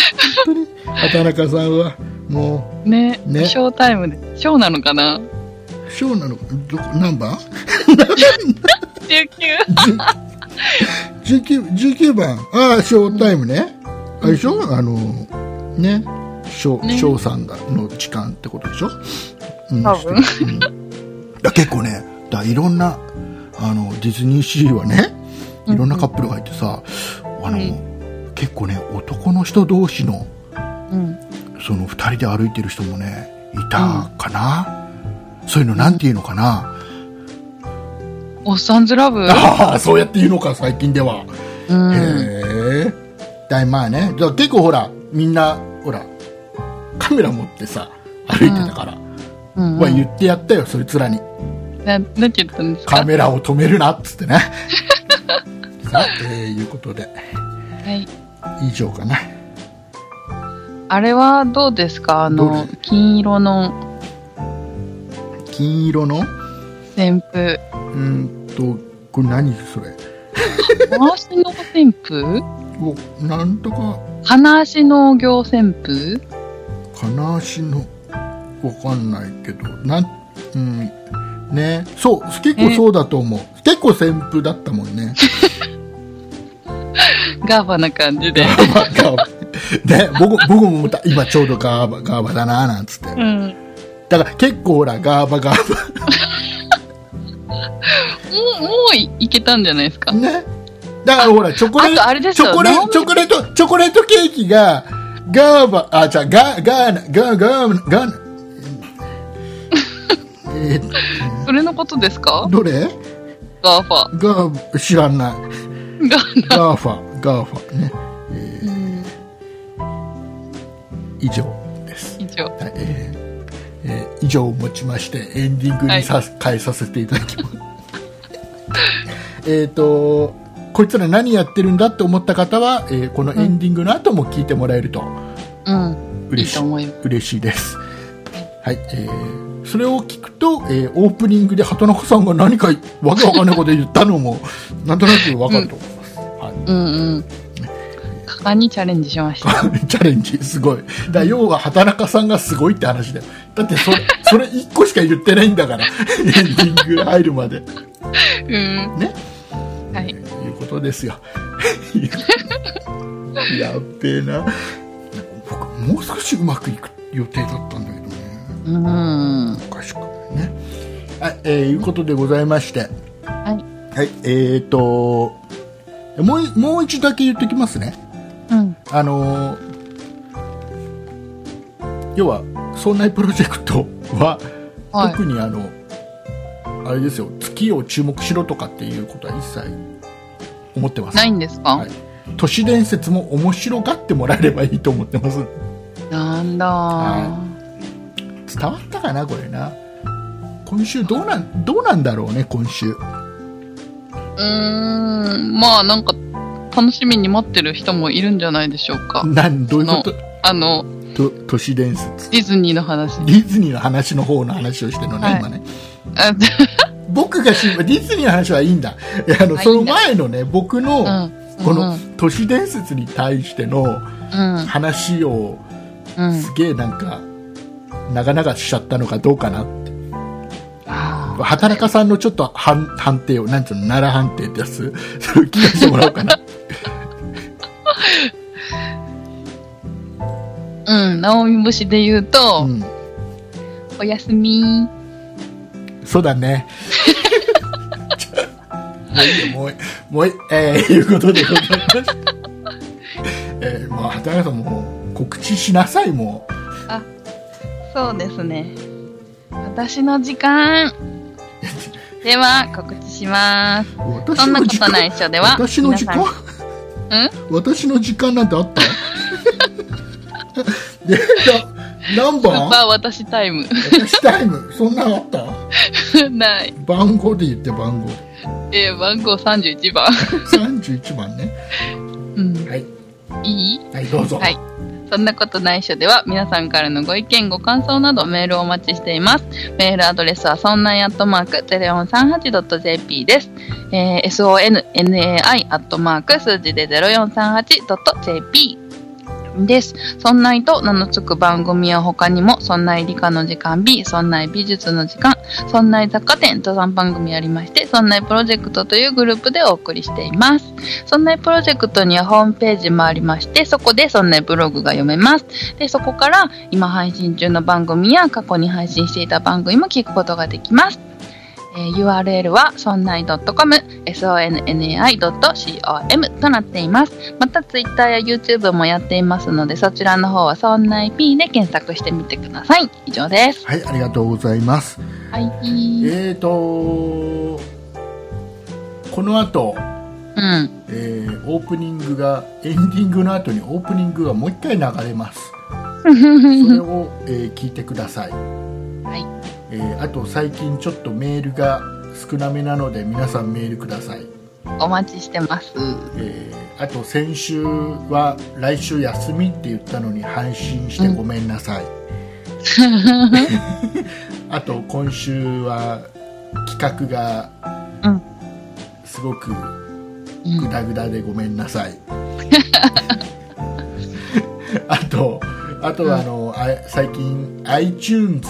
Speaker 2: 当に。畑中さんは、も
Speaker 1: ね
Speaker 2: ね
Speaker 1: ショータイムで。ショーなのかな
Speaker 2: う、ショーなのか、どこ、何番
Speaker 1: ?19。
Speaker 2: ?19、19番。ああ、ショータイムね。あれでしょあの、ね。ショー、
Speaker 1: ね
Speaker 2: ショーさんが、の時間ってことでしょうん
Speaker 1: 多分。
Speaker 2: だ結構ねだいろんなあのディズニーシーはねいろんなカップルがいてさ、あの、結構ね男の人同士の
Speaker 1: うん。
Speaker 2: その2人で歩いてる人もねいたかな、そういうのなんていうのかな、
Speaker 1: おっさんずラブ
Speaker 2: ああそうやって言うのか最近では、
Speaker 1: うん。
Speaker 2: へえだいまあねだ結構ほらみんなほらカメラ持ってさ歩いてたから、
Speaker 1: うん
Speaker 2: は言ってやったよそいつらに
Speaker 1: な、なんて言ったんです
Speaker 2: カ
Speaker 1: か
Speaker 2: メラを止めるなっつってね。さあ、えー、いうことで、
Speaker 1: はい。
Speaker 2: 以上かな
Speaker 1: あれはどうですかあ
Speaker 2: どう
Speaker 1: の、金色の
Speaker 2: 金色のう
Speaker 1: 旋風。
Speaker 2: ーんとこれ何それ
Speaker 1: 回しの旋風
Speaker 2: おなんとか
Speaker 1: 金足農業旋風
Speaker 2: 金足のわかんないけどなんうんねそう結構そうだと思う結構旋風だったもんね
Speaker 1: ガーファな感じで。
Speaker 2: ガーバね僕僕も思った今ちょうどガーバガーバだなーなんつって
Speaker 1: うん。
Speaker 2: だから結構ほらガーバガー
Speaker 1: もう、もういいけたんじゃないですか
Speaker 2: バ。ねだからほらチョコレー
Speaker 1: あとあれです
Speaker 2: トチ
Speaker 1: よ
Speaker 2: ョコレ
Speaker 1: ナオミ
Speaker 2: チョコレートチョコレートケーキがガーバあじゃあガーガーナガーガーガーナえー
Speaker 1: それのことですか
Speaker 2: どれ
Speaker 1: ガーファ。
Speaker 2: ガー知らない
Speaker 1: ガー
Speaker 2: ガーファ、ガーファね。えー以上です。
Speaker 1: 以上。
Speaker 2: はい、えーえー以上をもちましてエンディングにさ、変えさせていただきます。 えっと、こいつら何やってるんだって思った方は、えーこのエンディングの後も聞いてもらえると
Speaker 1: うん。いい
Speaker 2: 嬉しい,、
Speaker 1: と思いま
Speaker 2: 嬉しいです。はい、えーそれを聞くと、えーオープニングで畑中さんが何かわけわかんないこと言ったのも、なんとなくわかると思います。はい
Speaker 1: うんうん。果敢にチャレンジしました。
Speaker 2: チャレンジすごいだから要は畑中さんがすごいって話だよだってそれそれ1個しか言ってないんだからエンディング入るまでと
Speaker 1: うん。
Speaker 2: ね。
Speaker 1: はい。
Speaker 2: いうことですよ やっべえな僕もう少しうまくいく予定だったんだけどね
Speaker 1: うん。
Speaker 2: おかしくないねはい、えーいうことでございまして
Speaker 1: はい。
Speaker 2: はいえーともういもう一度だけ言ってきますね
Speaker 1: うん。
Speaker 2: あのー要は村内プロジェクトは、
Speaker 1: はい
Speaker 2: 特にあのあれですよ月を注目しろとかっていうことは一切思ってます
Speaker 1: ないんですか、
Speaker 2: はい都市伝説も面白がってもらえればいいと思ってます
Speaker 1: なんだー、
Speaker 2: は伝わったかなこれな今週どうなんどうなんだろうね今週
Speaker 1: うーん。まあなんか、楽しみに待ってる人もいるんじゃないでしょうか。
Speaker 2: なんどういうこと
Speaker 1: あの、
Speaker 2: と都市伝説
Speaker 1: ディズニーの話。
Speaker 2: ディズニーの話の方の話をしてるのね、
Speaker 1: はい
Speaker 2: 今ね
Speaker 1: あ
Speaker 2: 僕が心配ディズニーの話はいいんだあの
Speaker 1: あ
Speaker 2: その前のね僕の、
Speaker 1: うん
Speaker 2: こ
Speaker 1: う
Speaker 2: の
Speaker 1: ん
Speaker 2: 都市伝説に対しての
Speaker 1: うん。
Speaker 2: 話を
Speaker 1: うん
Speaker 2: す。げえなんか長々しちゃったのかどうかなって
Speaker 1: あ
Speaker 2: 畑中さんのちょっと判判定をなんつうの奈良判定ってやつ それを聞かせてもらおうかな
Speaker 1: ーうん。ナオミ節で言うと、
Speaker 2: うん
Speaker 1: おやすみー。
Speaker 2: そうだねちょもういいよもういいもういいえー、いうことでございましたえー、もう畑中さんもう告知しなさいもう
Speaker 1: そうですね。私の時間。では、告知します。
Speaker 2: 私
Speaker 1: そんな
Speaker 2: の
Speaker 1: こ
Speaker 2: 時間
Speaker 1: とないっしょでは、
Speaker 2: 私の時間
Speaker 1: 皆さん。ん
Speaker 2: 私の時間なんてあ ったでな何
Speaker 1: スー
Speaker 2: 番
Speaker 1: パー 私タイム。
Speaker 2: 私タイムそんなのあった
Speaker 1: ない。
Speaker 2: 番号で言って番号
Speaker 1: えー、番号31番。
Speaker 2: 31番ね
Speaker 1: うん。
Speaker 2: はい、
Speaker 1: いい
Speaker 2: はい、どうぞ、
Speaker 1: はい。そんなことないっしょでは、皆さんからのご意見、ご感想などメールをお待ちしています。メールアドレスは、そんないアットマーク、テレオン 38.jp です。えー、sonnai アットマーク、数字で 0438.jp です。そんないと名の付く番組は他にも、そんない理科の時間 B、そんない美術の時間、そんない雑貨店と3番組ありまして、そんないプロジェクトというグループでお送りしています。そんなプロジェクトにはホームページもありまして、そこでそんなブログが読めます。で、そこから今配信中の番組や過去に配信していた番組も聞くことができます。えー URL はそんない .com、sonnai.com となっています。また Twitter や YouTube もやっていますので、そちらの方はそんない P で検索してみてください。以上です。
Speaker 2: はい、ありがとうございます
Speaker 1: はい。
Speaker 2: えーとこの後、
Speaker 1: うん。
Speaker 2: えーオープニングがエンディングの後にオープニングがもう一回流れ ますそれを、えー聞いてください、
Speaker 1: はい。
Speaker 2: えーあと最近ちょっとメールが少なめなので皆さんメールください
Speaker 1: お待ちしてます。
Speaker 2: えーあと先週は来週休みって言ったのに配信してごめん なさい、あと今週は企画が
Speaker 1: うん
Speaker 2: すごく
Speaker 1: うん
Speaker 2: グダグダでごめんなさ い、あとあとはあの、あ最近 iTunes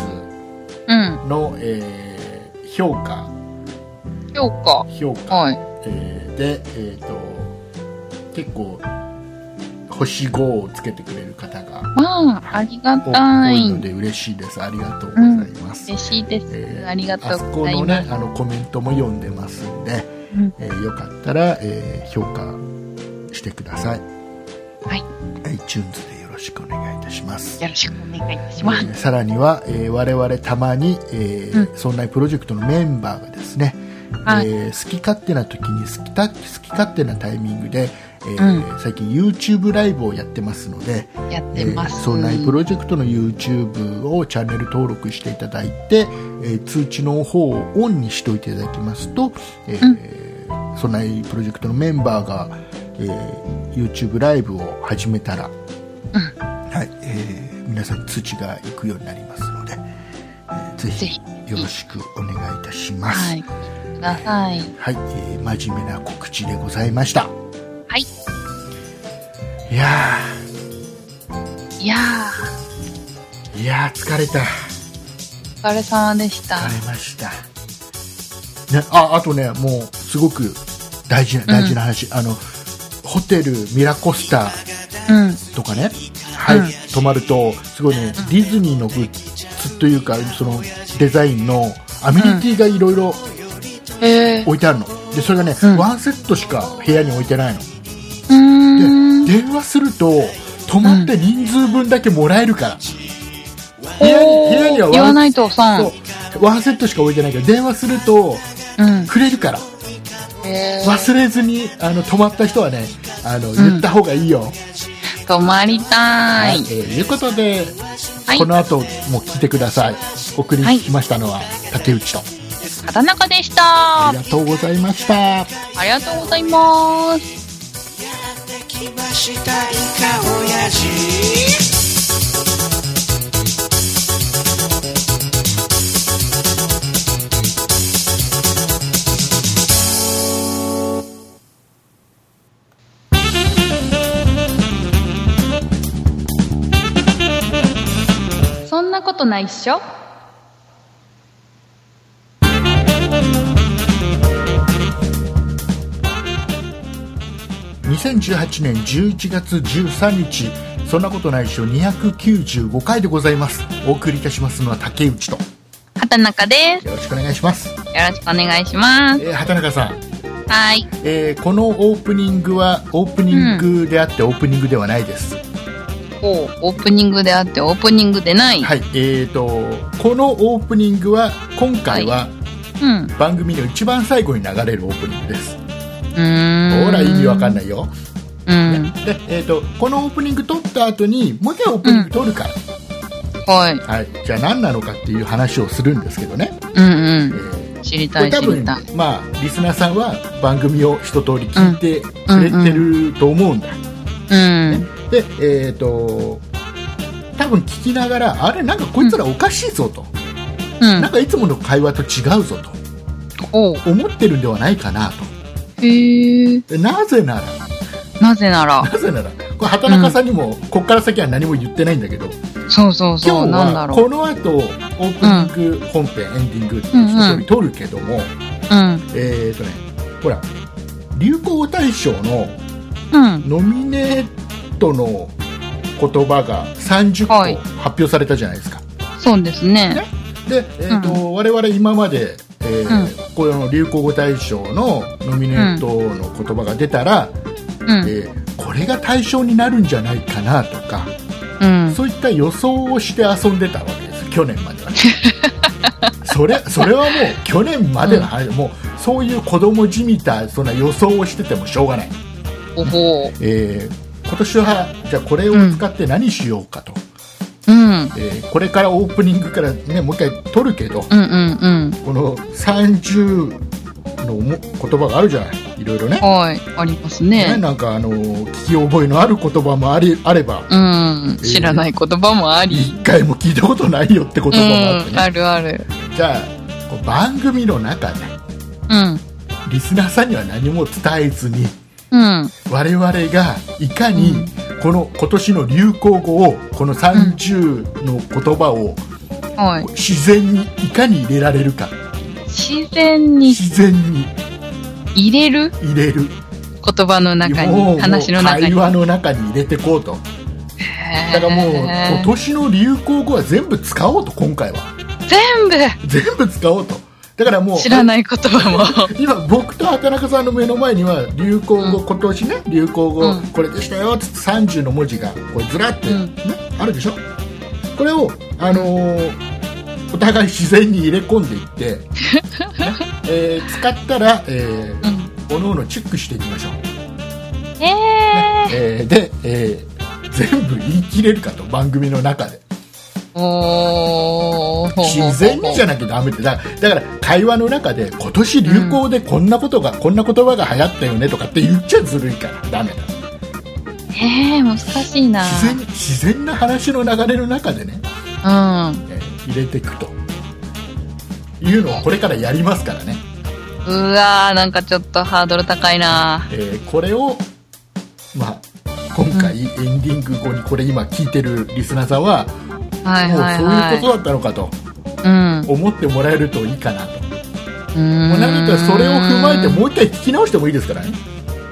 Speaker 1: うん。
Speaker 2: の、えー評価
Speaker 1: 評価。
Speaker 2: 評価、
Speaker 1: はい。
Speaker 2: えーで、えー、と結構星5をつけてくれる方が
Speaker 1: まあ、ありがた
Speaker 2: お多い
Speaker 1: い
Speaker 2: の。で嬉しいですありがとうございます、
Speaker 1: 嬉しいです。
Speaker 2: えー
Speaker 1: ありがと
Speaker 2: あそうこ
Speaker 1: ござい
Speaker 2: の
Speaker 1: ます。
Speaker 2: ねあのコメントも読んでますんで、
Speaker 1: うん
Speaker 2: えーよかったら、えー評価してください
Speaker 1: はい。
Speaker 2: iTunes でよろしくお願いいたします
Speaker 1: よろしくお願いいたします。
Speaker 2: えーさらには、えー我々たまに、えー
Speaker 1: う
Speaker 2: そんなプロジェクトのメンバーがですね、
Speaker 1: はい
Speaker 2: えー好き勝手な時に好きた好き勝手なタイミングで、えー最近 YouTube ライブをやってますので、
Speaker 1: やってます。
Speaker 2: えーそんなプロジェクトの YouTube をチャンネル登録していただいて、えー通知の方をオンにしておいていただきますと、えーそんなプロジェクトのメンバーが、えー YouTube ライブを始めたら、はいえー皆さんに通知が行くようになりますので、えーぜ
Speaker 1: ぜ
Speaker 2: ひ
Speaker 1: ひ
Speaker 2: よろしくお願いいたします。
Speaker 1: はい。ください。
Speaker 2: はい、えー真面目な告知でございました。
Speaker 1: はい。
Speaker 2: いや
Speaker 1: いや
Speaker 2: ー、いやー疲れた。
Speaker 1: ー、お疲れ様でした。
Speaker 2: 疲れました。ね、あ、あとね、もう、すごく大事な、大事な話。あの、ホテルミラコスタ
Speaker 1: うん。
Speaker 2: とかね、はい、
Speaker 1: うん
Speaker 2: 泊まると、すごいね、ディズニーのグッズというか、その、デザインのアメニティがいろいろ
Speaker 1: えー、
Speaker 2: 置いてあるの。で、それがね、
Speaker 1: うん
Speaker 2: ワンセットしか部屋に置いてないの。
Speaker 1: うーん。
Speaker 2: で、電話すると、泊まって人数分だけもらえるから。部屋に
Speaker 1: お
Speaker 2: 部屋には
Speaker 1: ー
Speaker 2: ワン
Speaker 1: 言わないと損。
Speaker 2: そう、ワンセットしか置いてないけど、電話すると、
Speaker 1: うん。
Speaker 2: くれるから。
Speaker 1: えー、
Speaker 2: 忘れずにあの泊まった人はねあの言った方がいいよ、
Speaker 1: 泊まりた
Speaker 2: はいい。えーいうことで、
Speaker 1: はい
Speaker 2: この後も聞いてくださいお送りしましたのは竹内と、
Speaker 1: 畑中でし
Speaker 2: あ
Speaker 1: た
Speaker 2: り。がとうございました
Speaker 1: ありがとうございます。
Speaker 4: やってきましたイカオヤジ
Speaker 1: そんなことないっしょ
Speaker 2: 2018年11月13日そんなことないっしょ295回でございますお送りいたしますのは竹内と
Speaker 1: 畑中です。
Speaker 2: よろしくお願いします、
Speaker 1: よろしくお願いします。
Speaker 2: えー畑中さん、
Speaker 1: はい。
Speaker 2: えーこのオープニングはオープニングであってオープニングではないです、
Speaker 1: おオープニングであって、オープニングでない。
Speaker 2: はいえー、とこのオープニングは今回は、
Speaker 1: うん。う
Speaker 2: 番組の一番最後に流れるオープニングです
Speaker 1: ーん。
Speaker 2: ほら意味わかん
Speaker 1: ない。
Speaker 2: ないよ、
Speaker 1: うん。
Speaker 2: で、えー、とこのオープニング撮った後にもう一回オープニング撮るから、
Speaker 1: はい。
Speaker 2: はい、じゃあ何なのかっていう話をするんですけどね、
Speaker 1: うん
Speaker 2: え
Speaker 1: うん。
Speaker 2: ー
Speaker 1: 知り
Speaker 2: こ
Speaker 1: た
Speaker 2: れ
Speaker 1: い、
Speaker 2: 多
Speaker 1: 知り
Speaker 2: 分
Speaker 1: たい。
Speaker 2: まあリスナーさんは番組を一通り聞いてくれてると思うんだ、
Speaker 1: うん。
Speaker 2: でえっ、と多分聞きながらあれなんかこいつらおかしいぞと、
Speaker 1: う
Speaker 2: なん
Speaker 1: ん。
Speaker 2: かいつもの会話と違うぞと
Speaker 1: おう。
Speaker 2: 思ってるんではないかな
Speaker 1: へえ。
Speaker 2: とでなぜなら
Speaker 1: なぜなら。
Speaker 2: なぜならこれ畑中さんにも、こっから先は何も言ってないんだけど
Speaker 1: そうそうそう。
Speaker 2: 今日
Speaker 1: なんだ
Speaker 2: は
Speaker 1: ろ
Speaker 2: こ
Speaker 1: う。
Speaker 2: の後オープニング、本編エンディングって一通り撮るけども、
Speaker 1: うん。
Speaker 2: えっ、とねほら流行語大賞の
Speaker 1: うん。
Speaker 2: ノミネートの言葉が30個
Speaker 1: はい
Speaker 2: 発表されたじゃないですか、
Speaker 1: そうですね。
Speaker 2: で、えーと
Speaker 1: う
Speaker 2: 我々今まで、えーこの流行語大賞のノミネートの言葉が出たら、
Speaker 1: うん。
Speaker 2: えーこれが対象になるんじゃないかなとか、
Speaker 1: うん。
Speaker 2: そういった予想をして遊んでたわけです去年ま では、ね、それそれはもう去年までの話、もうそういう子供じみたそんな予想をしててもしょうがない、
Speaker 1: おほう。
Speaker 2: えー今年はじゃあこれを使って何しようかと、
Speaker 1: うん。
Speaker 2: えーこれからオープニングから、ね、もう一回撮るけど、
Speaker 1: うんうんうん。
Speaker 2: この30のも言葉があるじゃないいろいろね
Speaker 1: はい、あります
Speaker 2: ね
Speaker 1: ね。
Speaker 2: なんかあの聞き覚えのある言葉もありあれば
Speaker 1: うん、知らない言葉もあり。
Speaker 2: 一回も聞いたことないよって言葉もあって
Speaker 1: うん、あ
Speaker 2: ね、
Speaker 1: るある。
Speaker 2: じゃあこう番組の中で
Speaker 1: うん、
Speaker 2: リスナーさんには何も伝えずに
Speaker 1: うん、
Speaker 2: 我々がいかに
Speaker 1: うん
Speaker 2: この今年の流行語をこの30の言葉を
Speaker 1: はい。
Speaker 2: 自然にいかに入れられるか
Speaker 1: 自然に
Speaker 2: 自然に
Speaker 1: 入れる
Speaker 2: 入れる
Speaker 1: 言葉の中
Speaker 2: もう
Speaker 1: に、話の中
Speaker 2: 会
Speaker 1: に。
Speaker 2: 話の中に入れていこうとだからもう今
Speaker 1: へー
Speaker 2: 年の流行語は全部使おうと今回は
Speaker 1: 全部
Speaker 2: 全部使おうとだからもう
Speaker 1: 知らない言葉も。
Speaker 2: 今僕と畑中さんの目の前には流行語、
Speaker 1: う
Speaker 2: 今年ね流行語、
Speaker 1: うん
Speaker 2: これでしたよっつって30の文字がこうずらって、
Speaker 1: うん
Speaker 2: ね、あるでしょこれを、あのーお互い自然に入れ込んでいって、 ねえー使ったら、えー
Speaker 1: うん
Speaker 2: おのおのチェックしていきましょう、
Speaker 1: えー。
Speaker 2: えーで、えー全部言い切れるかと番組の中で
Speaker 1: おー。
Speaker 2: 自然にじゃ
Speaker 1: な
Speaker 2: なきゃダメってだだから会話の中で今年流行でこんなことが、こんな言葉が流行ったよねとかって言っちゃずるいからダメだ
Speaker 1: えー、難しいな。
Speaker 2: 自然自然な話の流れの中で
Speaker 1: う
Speaker 2: ね、
Speaker 1: ん。
Speaker 2: えー入れていくというのをこれからやりますからね、
Speaker 1: うわー、なんかちょっとハードル高いな。
Speaker 2: えーこれを、まあ、今回エンディング後にこれ今聞いてるリスナーさんは、
Speaker 1: はいはいはい。
Speaker 2: もうそういうことだったのかと
Speaker 1: うん。う
Speaker 2: 思ってもらえるといいかなと、
Speaker 1: ーん
Speaker 2: もう何かそれを踏まえてもう一回聞き直してもいいですからね、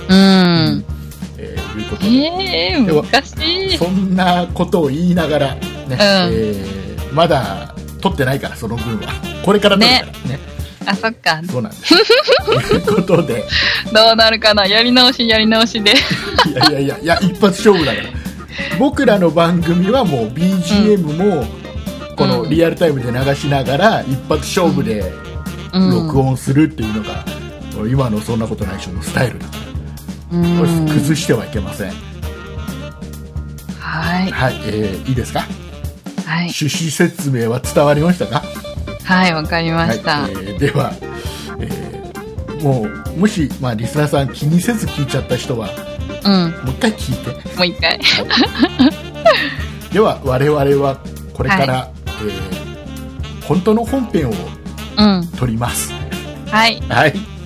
Speaker 1: うん。
Speaker 2: えーいうことで
Speaker 1: ええー、難しい。
Speaker 2: そんなことを言いながら、ねえーまだ取ってないからその分はこれから取るからね
Speaker 1: あ、そっか。
Speaker 2: そうなんです。ということで、
Speaker 1: どうなるかな。やり直し、やり直しで。
Speaker 2: いやいやいや、いや一発勝負だから。僕らの番組はもう BGM も、この
Speaker 1: うん
Speaker 2: リアルタイムで流しながら一発勝負で
Speaker 1: うん
Speaker 2: 録音するっていうのが、今のそんなことない人のスタイルだから、これ崩してはいけません。
Speaker 1: はい。
Speaker 2: はい、えーいいですか
Speaker 1: はい。
Speaker 2: 趣旨説明は伝わりましたか
Speaker 1: はい、わかりました。
Speaker 2: はいえーでは、えーもう、もし、まあ、リスナーさん気にせず聞いちゃった人は、
Speaker 1: うん。
Speaker 2: もう一回聞いて。
Speaker 1: もう一回。
Speaker 2: では我々はこれから、えー本当の本編を
Speaker 1: うん。
Speaker 2: 撮ります
Speaker 1: はい。
Speaker 2: はい